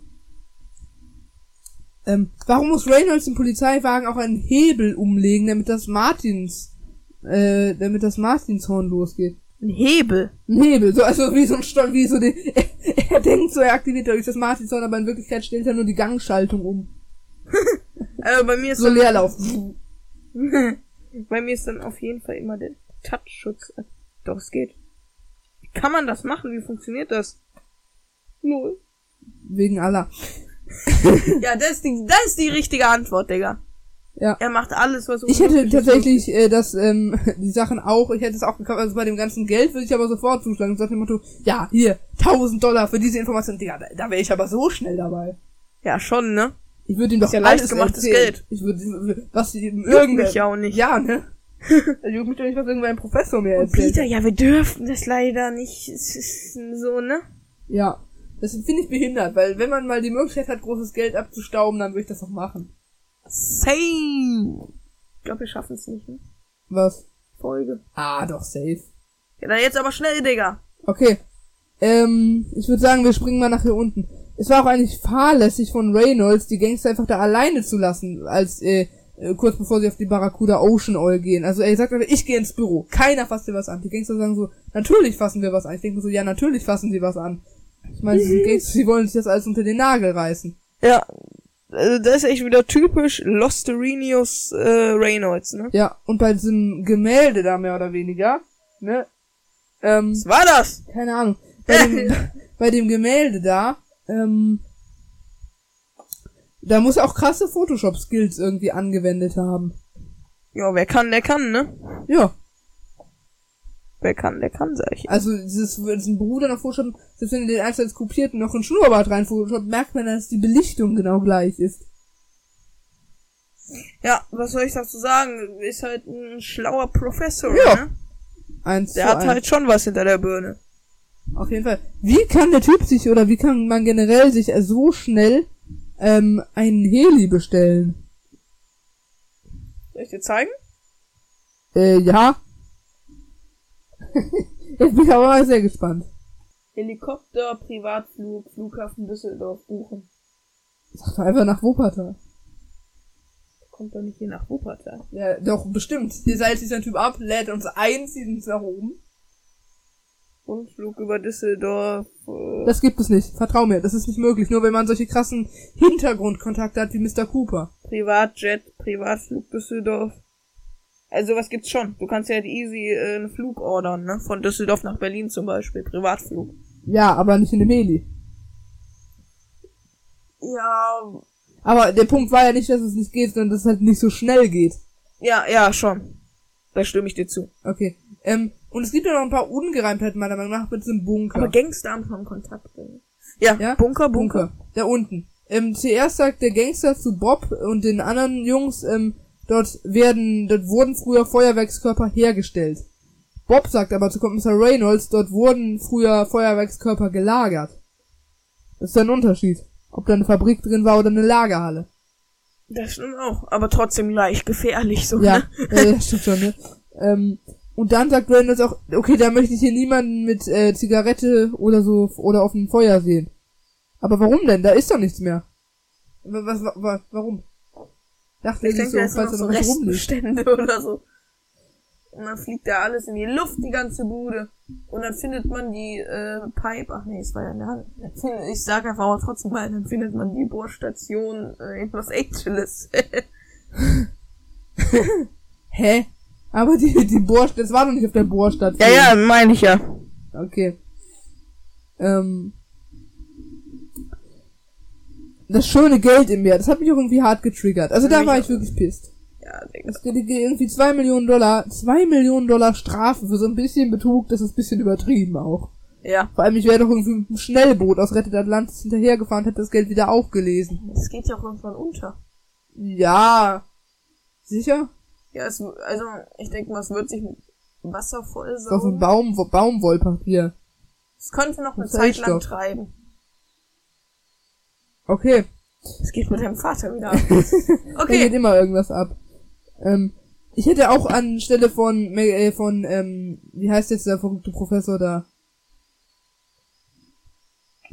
S1: Ähm, warum muss Reynolds im Polizeiwagen auch einen Hebel umlegen, damit das Martins, äh, damit das Martinshorn losgeht?
S2: Ein Hebel.
S1: Ein Hebel, so, also wie so ein Stolz, wie so den, er, denkt so, er aktiviert dadurch das Martinshorn, aber in Wirklichkeit stellt er nur die Gangschaltung um.
S2: Äh, bei mir ist
S1: So Leerlauf.
S2: Bei mir ist dann auf jeden Fall immer der Touchschutz. äh, Doch, es geht. Wie kann man das machen? Wie funktioniert das? Null.
S1: Wegen aller.
S2: Ja, das ist, die, das ist die richtige Antwort, Digga.
S1: Ja.
S2: Er macht alles, was
S1: Ich hätte
S2: unmöglich ist.
S1: tatsächlich äh, das, ähm, die Sachen auch, ich hätte es auch gekauft, also bei dem ganzen Geld würde ich aber sofort zuschlagen. Sagt dem Motto, ja, hier, 1000 Dollar für diese Information. Digga, da, da wäre ich aber so schnell dabei.
S2: Ja, schon, ne?
S1: Ich würde ihm doch
S2: Ist ja
S1: alles
S2: leicht gemachtes
S1: erzählen.
S2: Geld.
S1: Ich würde, was ihm
S2: Juckt
S1: irgendwer...
S2: mich ja auch nicht.
S1: Ja, ne? ich juckt mich doch nicht, was irgendwer ein Professor mir
S2: Und
S1: erzählt.
S2: Peter, ja, wir dürften das leider nicht. Es ist so, ne?
S1: Ja. Das finde ich behindert, weil wenn man mal die Möglichkeit hat, großes Geld abzustauben, dann würde ich das auch machen.
S2: Same. Ich glaube, wir schaffen es nicht, ne?
S1: Was?
S2: Folge.
S1: Ah, doch, safe.
S2: Ja, dann jetzt aber schnell, Digga.
S1: Okay. Ähm, ich würde sagen, wir springen mal nach hier unten. Es war auch eigentlich fahrlässig von Reynolds, die Gangster einfach da alleine zu lassen, als äh, äh, kurz bevor sie auf die Barracuda Ocean Oil gehen. Also er sagt einfach, ich gehe ins Büro. Keiner fasst dir was an. Die Gangster sagen so, natürlich fassen wir was an. Ich denke mir so, ja, natürlich fassen sie was an. Ich meine, die Gangster, die wollen sich das alles unter den Nagel reißen.
S2: Ja. Also das ist echt wieder typisch Losterinius äh, Reynolds, ne?
S1: Ja, und bei diesem Gemälde da mehr oder weniger, ne? Ähm,
S2: Was war das?
S1: keine Ahnung. Bei dem, bei dem Gemälde da, ähm, da muss er auch krasse Photoshop-Skills irgendwie angewendet haben.
S2: Ja, wer kann, der kann, ne?
S1: Ja,
S2: Wer kann, der kann, sag ich.
S1: also dieses, diesen Bruder noch Photoshop, selbst wenn du den einzeln kopiert und noch einen Schnurrbart rein Photoshop, merkt man, dass die Belichtung genau gleich ist.
S2: Ja, was soll ich dazu sagen? Ist halt ein schlauer Professor,
S1: Ja.
S2: ne?
S1: Eins
S2: Der
S1: zu
S2: hat
S1: eins.
S2: halt schon was hinter der Birne.
S1: Auf jeden Fall. Wie kann der Typ sich oder wie kann man generell sich äh, so schnell ähm, einen Heli bestellen?
S2: Soll ich dir zeigen?
S1: Äh, ja. Jetzt bin ich aber mal sehr gespannt.
S2: Helikopter, Privatflug, Flughafen Düsseldorf buchen.
S1: Sag doch einfach nach Wuppertal.
S2: Kommt doch nicht hier nach Wuppertal.
S1: Ja, doch, bestimmt. Hier seilt sich ein Typ ab, lädt uns ein, zieht uns nach oben.
S2: Rundflug über Düsseldorf. Äh,
S1: Das gibt es nicht. Vertrau mir, das ist nicht möglich. Nur wenn man solche krassen Hintergrundkontakte hat wie Mr. Cooper.
S2: Privatjet, Privatflug Düsseldorf. Also was gibt's schon? Du kannst ja halt easy äh, einen Flug ordern, ne? Von Düsseldorf nach Berlin zum Beispiel, Privatflug.
S1: Ja, aber nicht in dem Heli.
S2: Ja,
S1: Aber der Punkt war ja nicht, dass es nicht geht, sondern dass es halt nicht so schnell geht.
S2: Ja, ja, schon. Da stimme ich dir zu.
S1: Okay. Ähm, und es gibt ja noch ein paar Ungereimtheiten meiner Meinung nach mit diesem Bunker.
S2: Aber Gangster haben schon Kontakt. äh. Ja,
S1: Ja?
S2: Bunker, Bunker.
S1: Bunker. Da unten. Ähm, zuerst sagt der Gangster zu Bob und den anderen Jungs, ähm, dort werden, dort wurden früher Feuerwerkskörper hergestellt. Bob sagt aber zu Kommissar Reynolds, dort wurden früher Feuerwerkskörper gelagert. Das ist ein Unterschied. Ob da eine Fabrik drin war oder eine Lagerhalle.
S2: Das stimmt auch. Aber trotzdem gleich gefährlich, so.
S1: Ja,
S2: Ne?
S1: äh, ja, stimmt schon, ne? Ähm, und dann sagt Reynolds auch, okay, da möchte ich hier niemanden mit äh, Zigarette oder so oder auf dem Feuer sehen. Aber warum denn? Da ist doch nichts mehr. Wa- Was, wa- wa- warum? Dachte
S2: Ich
S1: ich
S2: denke,
S1: so,
S2: da ist noch
S1: falls da
S2: so
S1: noch was rumliegt.
S2: Restbestände oder so. Und dann fliegt da alles in die Luft, die ganze Bude. Und dann findet man die äh, Pipe. Ach nee, es war ja in der Hand. Ich sag einfach mal trotzdem mal, dann findet man die Bohrstation äh, in Los Angeles.
S1: Hä? Aber die, die Bohrstadt, das war doch nicht auf der Bohrstadt.
S2: meine ich ja.
S1: Okay. Ähm. Das schöne Geld im Meer, das hat mich auch irgendwie hart getriggert. Also da
S2: Mich
S1: war
S2: auch.
S1: ich wirklich pisst.
S2: Ja, Digga.
S1: Es geht irgendwie zwei Millionen Dollar, zwei Millionen Dollar Strafe für so ein bisschen Betrug, das ist ein bisschen übertrieben auch.
S2: Ja.
S1: Vor allem, ich wäre doch irgendwie mit einem Schnellboot aus Rettet Atlantis hinterhergefahren, hätte das Geld wieder aufgelesen.
S2: Das geht ja auch irgendwann unter.
S1: Ja. Sicher?
S2: Ja, es, also ich denke mal, es wird sich mit Wasser
S1: Ist Auf dem
S2: vollsaugen.
S1: Baum, Baumwollpapier.
S2: Es könnte noch eine
S1: Mit
S2: Zeit lang
S1: Fellstoff.
S2: treiben.
S1: Okay.
S2: Es geht mit deinem Vater wieder ab.
S1: Da geht
S2: Okay,
S1: immer irgendwas ab. Ähm, ich hätte auch anstelle von, Me- äh, von, ähm, wie heißt jetzt der verrückte Professor da?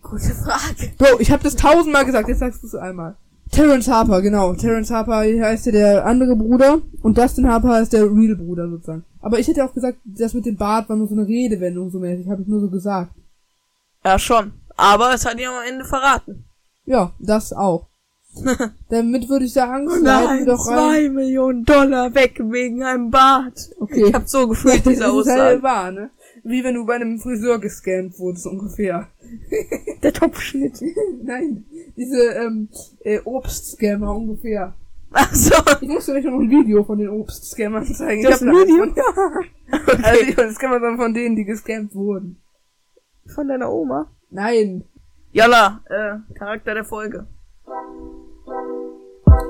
S2: gute Frage.
S1: Bro, ich habe das tausendmal gesagt, jetzt sagst du es einmal. Terence Harper, genau. Terence Harper heißt ja der andere Bruder und Dustin Harper ist der Real Bruder sozusagen. Aber ich hätte auch gesagt, das mit dem Bart war nur so eine Redewendung so mäßig, habe ich nur so gesagt.
S2: Ja, schon. Aber es hat ihn am Ende verraten.
S1: Ja, das auch. Damit würde ich sagen, leiten wir doch rein.
S2: Millionen Dollar weg wegen einem Bart.
S1: Okay.
S2: Ich hab so gefühlt diese
S1: das ist halt
S2: Aussage.
S1: wahr, ne? Wie wenn du bei einem Friseur gescampt wurdest ungefähr.
S2: Der Topfschnitt.
S1: Nein, diese ähm, äh, Obstscammer ungefähr.
S2: Ach so.
S1: Ich muss dir nicht noch ein Video von den Obstscammern zeigen.
S2: Du hast
S1: Ich
S2: ein
S1: hab da
S2: Video?
S1: eins Von, Also, das kann man sagen von denen, die gescampt wurden.
S2: Von deiner Oma.
S1: Nein.
S2: Jalla, äh, Charakter der Folge.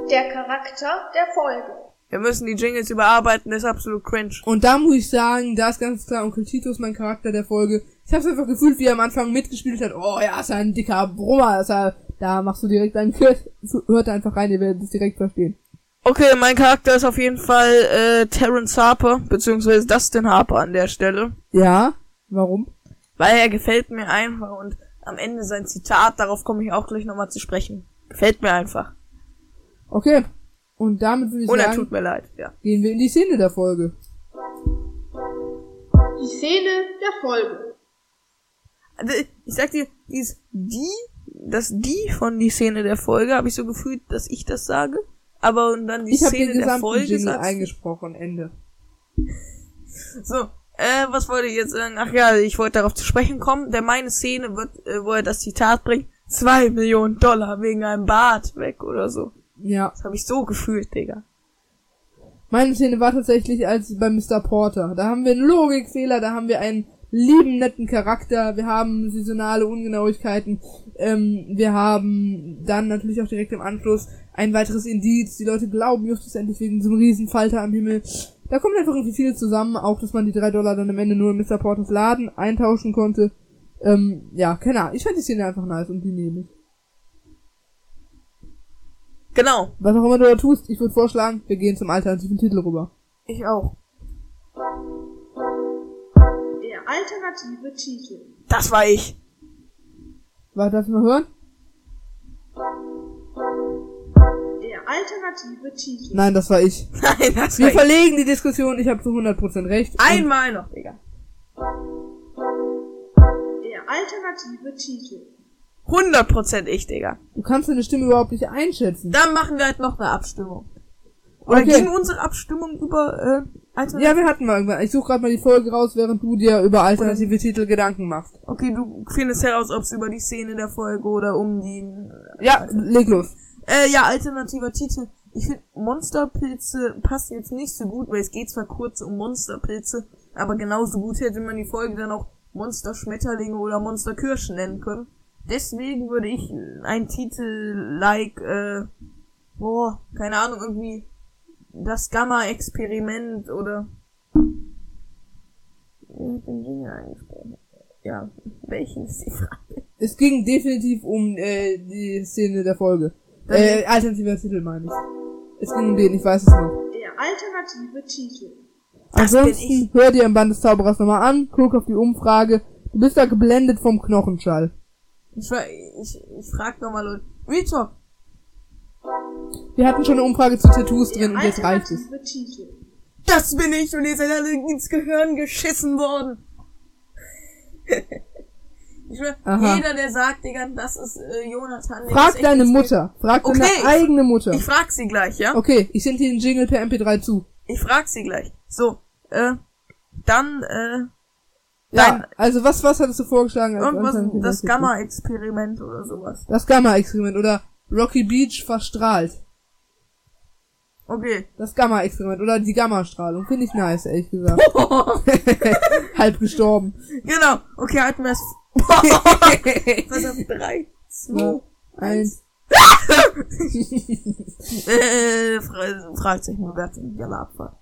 S3: Der Charakter der Folge.
S2: Wir müssen die Jingles überarbeiten, das ist absolut cringe.
S1: Und da muss ich sagen, da ist ganz klar Onkel Tito ist mein Charakter der Folge. Ich hab's einfach gefühlt, wie er am Anfang mitgespielt hat. Oh ja, ist ja ein dicker Brummer. Ist ja, da machst du direkt einen Kürz. Hört einfach rein, ihr werdet es direkt verstehen.
S2: Okay, mein Charakter ist auf jeden Fall äh, Terence Harper, beziehungsweise Dustin Harper an der Stelle.
S1: Ja? Warum?
S2: weil er gefällt mir einfach und am Ende sein Zitat, darauf komme ich auch gleich nochmal zu sprechen. Gefällt mir einfach.
S1: Okay. Und damit würde ich
S2: Und er tut
S1: sagen,
S2: mir leid, ja.
S1: gehen wir in die Szene der Folge.
S3: Die Szene der Folge.
S2: Also, Ich sag dir, dies, die, das die von die Szene der Folge, habe ich so gefühlt, dass ich das sage. Aber und dann die
S1: Ich habe den
S2: Szene der
S1: gesamten
S2: Folge
S1: Jingle
S2: sagst
S1: eingesprochen. Ende.
S2: So, äh, was wollte ich jetzt sagen? Ach ja, ich wollte darauf zu sprechen kommen, denn meine Szene wird, äh, wo er das Zitat bringt, zwei Millionen Dollar wegen einem Bart weg oder so.
S1: Ja.
S2: Das habe ich so gefühlt, Digga.
S1: Meine Szene war tatsächlich als bei Mr. Porter. Da haben wir einen Logikfehler, da haben wir einen lieben, netten Charakter, wir haben saisonale Ungenauigkeiten, ähm, wir haben dann natürlich auch direkt im Anschluss ein weiteres Indiz, die Leute glauben Justus endlich wegen so einem Riesenfalter am Himmel. Da kommt einfach irgendwie viel zusammen, auch dass man die drei Dollar dann am Ende nur in Mr. Porters Laden eintauschen konnte. Ähm, ja, keine Ahnung, ich fand die Szene einfach nice und die nehme ich.
S2: Genau.
S1: Was auch immer du da tust, ich würde vorschlagen, wir gehen zum alternativen Titel rüber.
S2: Ich auch.
S3: Der alternative Titel.
S2: Das war ich.
S1: Warte, darf ich mal hören?
S3: Der alternative Titel.
S1: Nein, das war ich.
S2: Nein, das
S1: Wir
S2: war ich.
S1: verlegen die Diskussion, ich habe zu 100% recht.
S2: Einmal noch, Digga.
S3: Der alternative Titel.
S2: 100% ich, Digga.
S1: Und du kannst deine Stimme überhaupt nicht einschätzen.
S2: Dann machen wir halt noch eine Abstimmung. Oder
S1: Okay.
S2: ging unsere Abstimmung über äh, Alter?
S1: Ja, wir hatten mal irgendwann. Ich suche gerade mal die Folge raus, während du dir über alternative Titel Gedanken machst.
S2: Okay, du findest heraus, ob es über die Szene der Folge oder um die...
S1: Ja, leg los.
S2: Äh, ja, alternativer Titel. Ich finde, Monsterpilze passt jetzt nicht so gut, weil es geht zwar kurz um Monsterpilze, aber genauso gut hätte man die Folge dann auch Monsterschmetterlinge oder Monsterkirschen nennen können. Deswegen würde ich einen Titel like, äh, boah, keine Ahnung, irgendwie das Gamma-Experiment oder... Ich hab den Jingle eingesprochen. Ja, welchen ist die Frage?
S1: Es ging definitiv um äh, die Szene der Folge.
S2: Dann-
S1: Äh, alternativer Titel meine ich. Es ging um den, ich weiß es noch.
S3: Der alternative Titel.
S2: Das bin
S1: Ansonsten hör dir im Band des Zauberers nochmal an, guck auf die Umfrage. Du bist da geblendet vom Knochenschall.
S2: Ich, fra- ich, ich frag nochmal Leute. Retalk,
S1: Wir hatten schon eine Umfrage zu Tattoos
S3: Der
S1: drin und jetzt reicht es.
S3: alternative Titel.
S2: das bin ich und ihr seid alle ins Gehirn geschissen worden. ich schwör,
S1: Aha.
S2: jeder, der sagt, Digga, das ist äh, Jonathan. der ist
S1: Frag
S2: echt
S1: deine
S2: ins
S1: Mutter. Frag
S2: Okay, ich-
S1: deine eigene Mutter.
S2: Gehirn- Ich frag sie gleich, ja?
S1: Okay, ich sende dir den Jingle per MP3 zu.
S2: Ich frag sie gleich. So, äh, dann, äh,
S1: Ja,
S2: Dein-
S1: also was, was hattest du vorgeschlagen? als
S2: irgendwas,
S1: alternativer
S2: das
S1: Titel?
S2: Gamma-Experiment oder sowas.
S1: Das Gamma-Experiment oder Rocky Beach verstrahlt.
S2: Okay.
S1: Das Gamma-Experiment oder die Gammastrahlung. Finde ich nice, ehrlich gesagt. Halb gestorben.
S2: genau. Okay, halten wir es. Verdammt, drei, zwei,
S1: Ja. Eins.
S2: Äh, fra- fragt sich nur, wer zum Jalla abfahrt.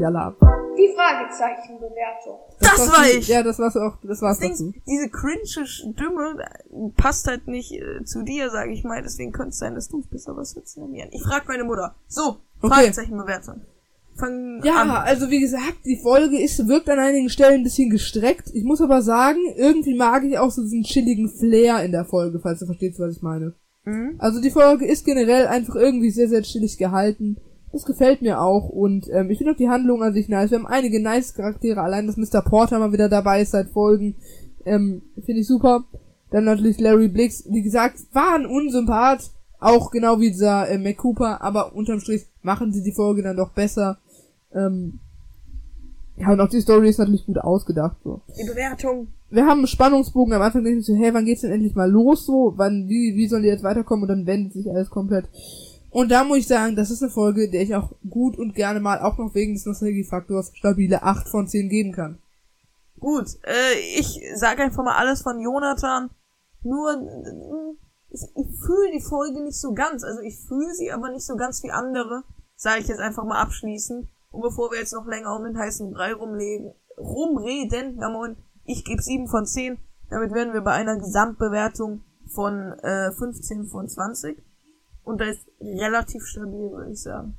S1: Jalla ab.
S3: Die Fragezeichenbewertung.
S2: Das
S1: war's
S2: war
S1: nicht.
S2: ich.
S1: Ja, das war's auch. Das war's
S2: Das Ding,
S1: dazu.
S2: ist, diese cringe Stimme äh, passt halt nicht äh, zu dir, sage ich mal. Deswegen könnte es sein, dass du es bist, aber was willst du nominieren? Ich frag meine Mutter. So,
S1: Okay.
S2: Fragezeichenbewertung. Fang
S1: Ja,
S2: an.
S1: also wie gesagt, die Folge ist, wirkt an einigen Stellen ein bisschen gestreckt. Ich muss aber sagen, irgendwie mag ich auch so diesen chilligen Flair in der Folge, falls du verstehst, was ich meine.
S2: Mhm.
S1: Also die Folge ist generell einfach irgendwie sehr, sehr chillig gehalten. Das gefällt mir auch und ähm, ich finde auch die Handlung an sich nice. Wir haben einige nice Charaktere, allein dass Mr. Porter mal wieder dabei ist seit Folgen. Ähm, finde ich super. Dann natürlich Larry Blix, wie gesagt, war ein Unsympath, auch genau wie dieser äh, Mac Cooper, aber unterm Strich machen sie die Folge dann doch besser. Ähm, ja, und auch die Story ist natürlich gut ausgedacht. So
S2: Die Bewertung.
S1: wir haben einen Spannungsbogen am Anfang denke ich so, hey, wann geht's denn endlich mal los so? Wann, wie, wie sollen die jetzt weiterkommen? Und dann wendet sich alles komplett. Und da muss ich sagen, das ist eine Folge, der ich auch gut und gerne mal, auch noch wegen des Nostalgiefaktors, stabile 8 von 10 geben kann.
S2: Gut, äh, ich sag einfach mal alles von Jonathan. Nur, äh, ich, ich fühle die Folge nicht so ganz. Also ich fühle sie aber nicht so ganz wie andere. Sage ich jetzt einfach mal abschließend. Und bevor wir jetzt noch länger um den heißen Brei rumlegen, rumreden, na moin, ich gebe 7 von 10. Damit wären wir bei einer Gesamtbewertung von äh, 15 von 20. Und da ist relativ stabil, würde ich sagen.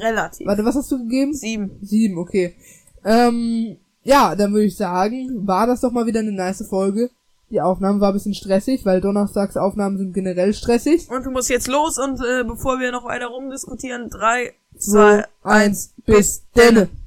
S2: Relativ.
S1: Warte, was hast du gegeben?
S2: 7.
S1: Sieben, okay. Ähm, ja, dann würde ich sagen, war das doch mal wieder eine nice Folge. Die Aufnahme war ein bisschen stressig, weil Donnerstags Aufnahmen sind generell stressig.
S2: Und du musst jetzt los und äh, bevor wir noch weiter rumdiskutieren, drei, zwei, eins, bis denne.